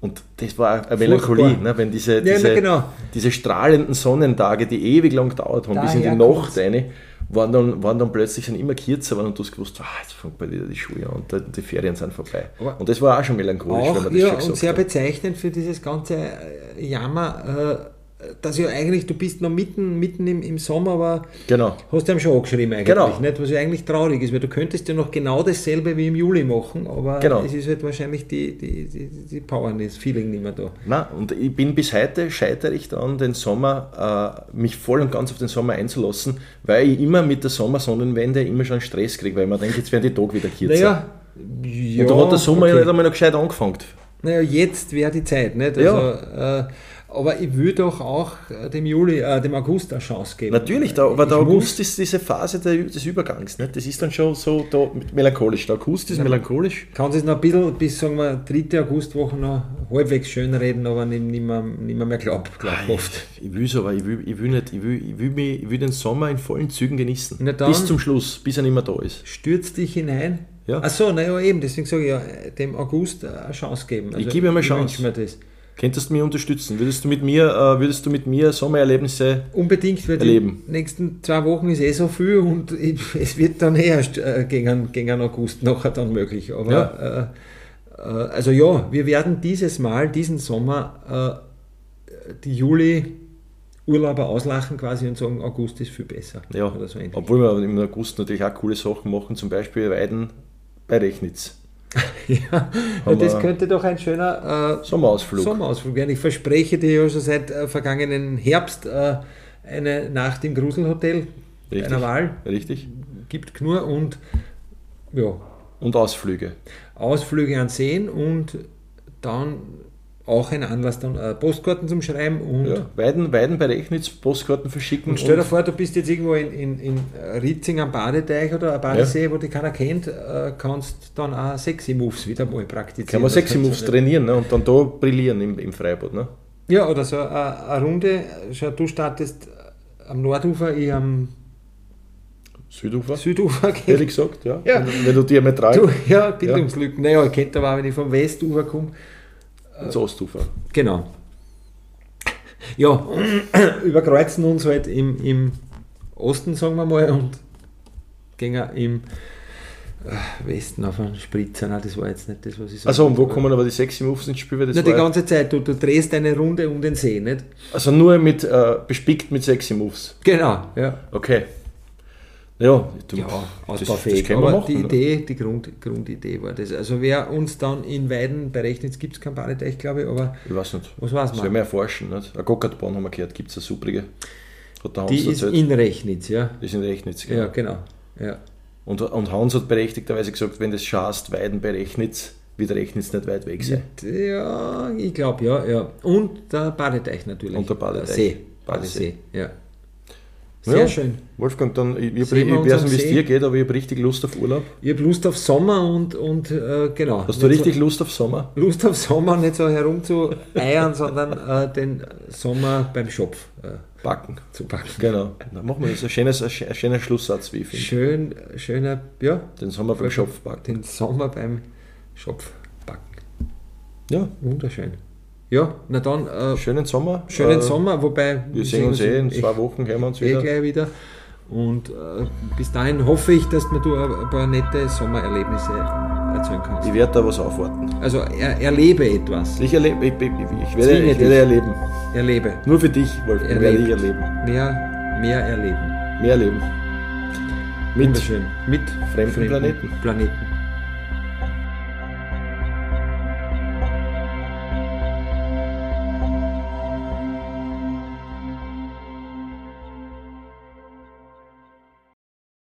Speaker 1: Und das war eine Melancholie,
Speaker 2: Furchtbar.
Speaker 1: ne? wenn diese,
Speaker 2: na
Speaker 1: diese,
Speaker 2: genau.
Speaker 1: diese strahlenden Sonnentage, die ewig lang gedauert haben, bis in die
Speaker 2: Daher
Speaker 1: Nacht rein, waren dann, waren dann plötzlich sind immer kürzer waren und du hast gewusst, ah, jetzt fängt bei dir die Schule an und da- die Ferien sind vorbei.
Speaker 2: Aber
Speaker 1: und das war auch schon melancholisch,
Speaker 2: auch, ja, und sehr
Speaker 1: hat.
Speaker 2: bezeichnend für dieses ganze äh, Jammer, äh, dass ja eigentlich, du bist noch mitten, mitten im, im Sommer, aber
Speaker 1: Genau.
Speaker 2: hast du ihm schon angeschrieben eigentlich,
Speaker 1: Genau.
Speaker 2: nicht? was ja eigentlich traurig ist, weil du könntest ja noch genau dasselbe wie im Juli machen, aber
Speaker 1: Genau.
Speaker 2: es ist halt wahrscheinlich die, die, die, die Power, nicht, das Feeling nicht mehr da.
Speaker 1: Na, und ich bin bis heute, scheitere ich daran, den Sommer, äh, mich voll und ganz auf den Sommer einzulassen, weil ich immer mit der Sommersonnenwende immer schon Stress kriege, weil man denkt, jetzt werden die Tage wieder kürzer.
Speaker 2: Naja,
Speaker 1: und da hat der Sommer ja
Speaker 2: okay.
Speaker 1: nicht einmal noch gescheit angefangen.
Speaker 2: Naja, jetzt wäre die Zeit, nicht? Also, äh, aber ich würde doch auch äh, dem Juli, äh, dem August eine Chance geben.
Speaker 1: Natürlich, da, aber
Speaker 2: Ich
Speaker 1: der
Speaker 2: muss-
Speaker 1: August ist diese Phase der, des Übergangs. Nicht? Das ist dann schon so da, mit- melancholisch. Der August ist melancholisch.
Speaker 2: Kann sich noch ein bisschen bis, sagen wir, dritte Augustwoche noch halbwegs schön reden, aber nicht, nicht, mehr, nicht mehr, mehr glaub, glaubhaft.
Speaker 1: Ich will aber ich will, ich will nicht, ich will, ich will, mich, ich will den Sommer in vollen Zügen genießen.
Speaker 2: Na dann.
Speaker 1: Bis zum Schluss, bis er nicht mehr da ist.
Speaker 2: Stürzt dich hinein.
Speaker 1: Ja.
Speaker 2: Ach so, naja, eben, deswegen sage ich ja, äh, dem August äh, eine Chance geben.
Speaker 1: gebe ihm eine Chance.
Speaker 2: wünsch mir das.
Speaker 1: Könntest du mich unterstützen? Würdest du mit mir, äh, würdest du mit mir Sommererlebnisse
Speaker 2: Unbedingt, weil
Speaker 1: Erleben.
Speaker 2: die nächsten zwei Wochen ist eh so viel und ich, es wird dann eh erst äh, gegen, gegen einen August nachher dann möglich. Aber äh, äh, also ja, wir werden dieses Mal, diesen Sommer, äh, die Juli-Urlauber auslachen quasi und sagen, August ist viel besser.
Speaker 1: Ja,
Speaker 2: Oder so ähnlich.
Speaker 1: obwohl wir im August natürlich auch coole Sachen machen, zum Beispiel Weiden bei Rechnitz.
Speaker 2: ja,
Speaker 1: Haben
Speaker 2: das
Speaker 1: wir-
Speaker 2: könnte doch ein schöner äh,
Speaker 1: Sommerausflug.
Speaker 2: Sommerausflug werden. Ich verspreche dir ja schon seit äh, vergangenen Herbst äh, eine Nacht im Gruselhotel bei
Speaker 1: Richtig.
Speaker 2: einer Wahl.
Speaker 1: Richtig.
Speaker 2: gibt nur und ja,
Speaker 1: Und Ausflüge.
Speaker 2: Ausflüge an Seen und dann auch ein Anlass, dann äh, Postkarten zum Schreiben und,
Speaker 1: Ja. Weiden, Weiden bei Rechnitz, Postkarten verschicken.
Speaker 2: und stell dir vor, du bist jetzt irgendwo in, in, in Ritzing am Badeteich oder am Badesee, wo dich keiner kennt, äh, kannst dann auch sexy Moves wieder mal praktizieren.
Speaker 1: kann man
Speaker 2: Das
Speaker 1: sexy
Speaker 2: heißt,
Speaker 1: Moves trainieren ne? und dann da brillieren im, im Freibad. Ne?
Speaker 2: Ja, oder so eine, eine Runde, schau, du startest am Nordufer, ich am
Speaker 1: Südufer,
Speaker 2: Südufer. geh
Speaker 1: ehrlich gesagt. Ja.
Speaker 2: Ja.
Speaker 1: Wenn, wenn du diametral
Speaker 2: Du, ja, Bildungslücken. Naja, ich kennt aber auch, wenn ich vom Westufer komme,
Speaker 1: ins Also Ostufer.
Speaker 2: Genau. Ja, überkreuzen uns halt im, im Osten, sagen wir mal, und gehen auch im äh, Westen auf einen Spritzer. Nein, das war jetzt nicht das, was ich sage.
Speaker 1: Also und wo kommen aber die sexy Moves ins Spiel? Weil das
Speaker 2: Na, die
Speaker 1: war,
Speaker 2: ganze Zeit, du, du drehst eine Runde um den See, nicht?
Speaker 1: also nur mit, äh, bespickt mit sexy Moves.
Speaker 2: Genau, ja.
Speaker 1: Okay. Ja, du,
Speaker 2: Ja,
Speaker 1: das, das
Speaker 2: ausbaufähig.
Speaker 1: können wir
Speaker 2: Aber
Speaker 1: machen.
Speaker 2: die
Speaker 1: ne?
Speaker 2: Idee, die Grund, Grundidee war das. Also wer uns dann in Weiden berechnet, gibt es kein Badeteich, glaube ich, aber
Speaker 1: Ich weiß nicht.
Speaker 2: was weiß
Speaker 1: Das
Speaker 2: man?
Speaker 1: werden wir erforschen. Nicht? Eine Gokkartbahn haben wir gehört, gibt es eine suprige. Hat der Hans
Speaker 2: Die ist
Speaker 1: erzählt.
Speaker 2: in Rechnitz, ja.
Speaker 1: die sind Rechnitz.
Speaker 2: Ja,
Speaker 1: Ja.
Speaker 2: genau. Ja.
Speaker 1: Und, und Hans hat berechtigterweise gesagt, wenn das schaust, Weiden bei Rechnitz, wird Rechnitz nicht weit weg sein.
Speaker 2: Ja, ich glaube, ja, ja. Und der Badeteich natürlich.
Speaker 1: Und der Badeteich.
Speaker 2: Der See.
Speaker 1: Badesee.
Speaker 2: Badesee, ja. Sehr
Speaker 1: Ja.
Speaker 2: schön.
Speaker 1: Wolfgang, dann, ich, ich,
Speaker 2: Sehen wir
Speaker 1: ich
Speaker 2: uns
Speaker 1: weiß
Speaker 2: am
Speaker 1: nicht, wie es
Speaker 2: See.
Speaker 1: dir geht, aber ich habe richtig Lust auf Urlaub.
Speaker 2: Ich habe Lust auf Sommer und, und äh, genau.
Speaker 1: Hast du
Speaker 2: Nicht
Speaker 1: richtig Lust auf Sommer?
Speaker 2: So, Lust auf Sommer, nicht so herumzueiern, sondern äh, den Sommer beim Schopf äh,
Speaker 1: Backen.
Speaker 2: zu packen.
Speaker 1: Genau. Na, machen wir das. Ein, schönes, ein, schö- ein schöner Schlusssatz, wie ich finde.
Speaker 2: Schön, schöner, ja,
Speaker 1: Den Sommer beim Schopf backen.
Speaker 2: den Sommer beim Schopf packen.
Speaker 1: Ja,
Speaker 2: Wunderschön. Ja, na dann, äh,
Speaker 1: schönen Sommer.
Speaker 2: schönen
Speaker 1: Äh,
Speaker 2: Sommer, wobei
Speaker 1: Wir sehen uns eh in
Speaker 2: echt
Speaker 1: zwei Wochen, hören wir uns
Speaker 2: eh
Speaker 1: wieder.
Speaker 2: gleich wieder. Und äh, bis dahin hoffe ich, dass mir du äh, ein paar nette Sommererlebnisse erzählen kannst.
Speaker 1: Ich werde da was aufwarten.
Speaker 2: Also er, erlebe etwas.
Speaker 1: Ich, erlebe, ich, ich, ich, werde,
Speaker 2: Zwinge
Speaker 1: ich werde
Speaker 2: dich.
Speaker 1: erleben.
Speaker 2: Erlebe.
Speaker 1: Nur für dich, Wolfgang, werde ich
Speaker 2: Erlebt.
Speaker 1: erleben.
Speaker 2: Mehr, mehr erleben.
Speaker 1: Mehr leben. Mit
Speaker 2: Wunderschön. Mit
Speaker 1: fremden Planeten.
Speaker 2: Planeten.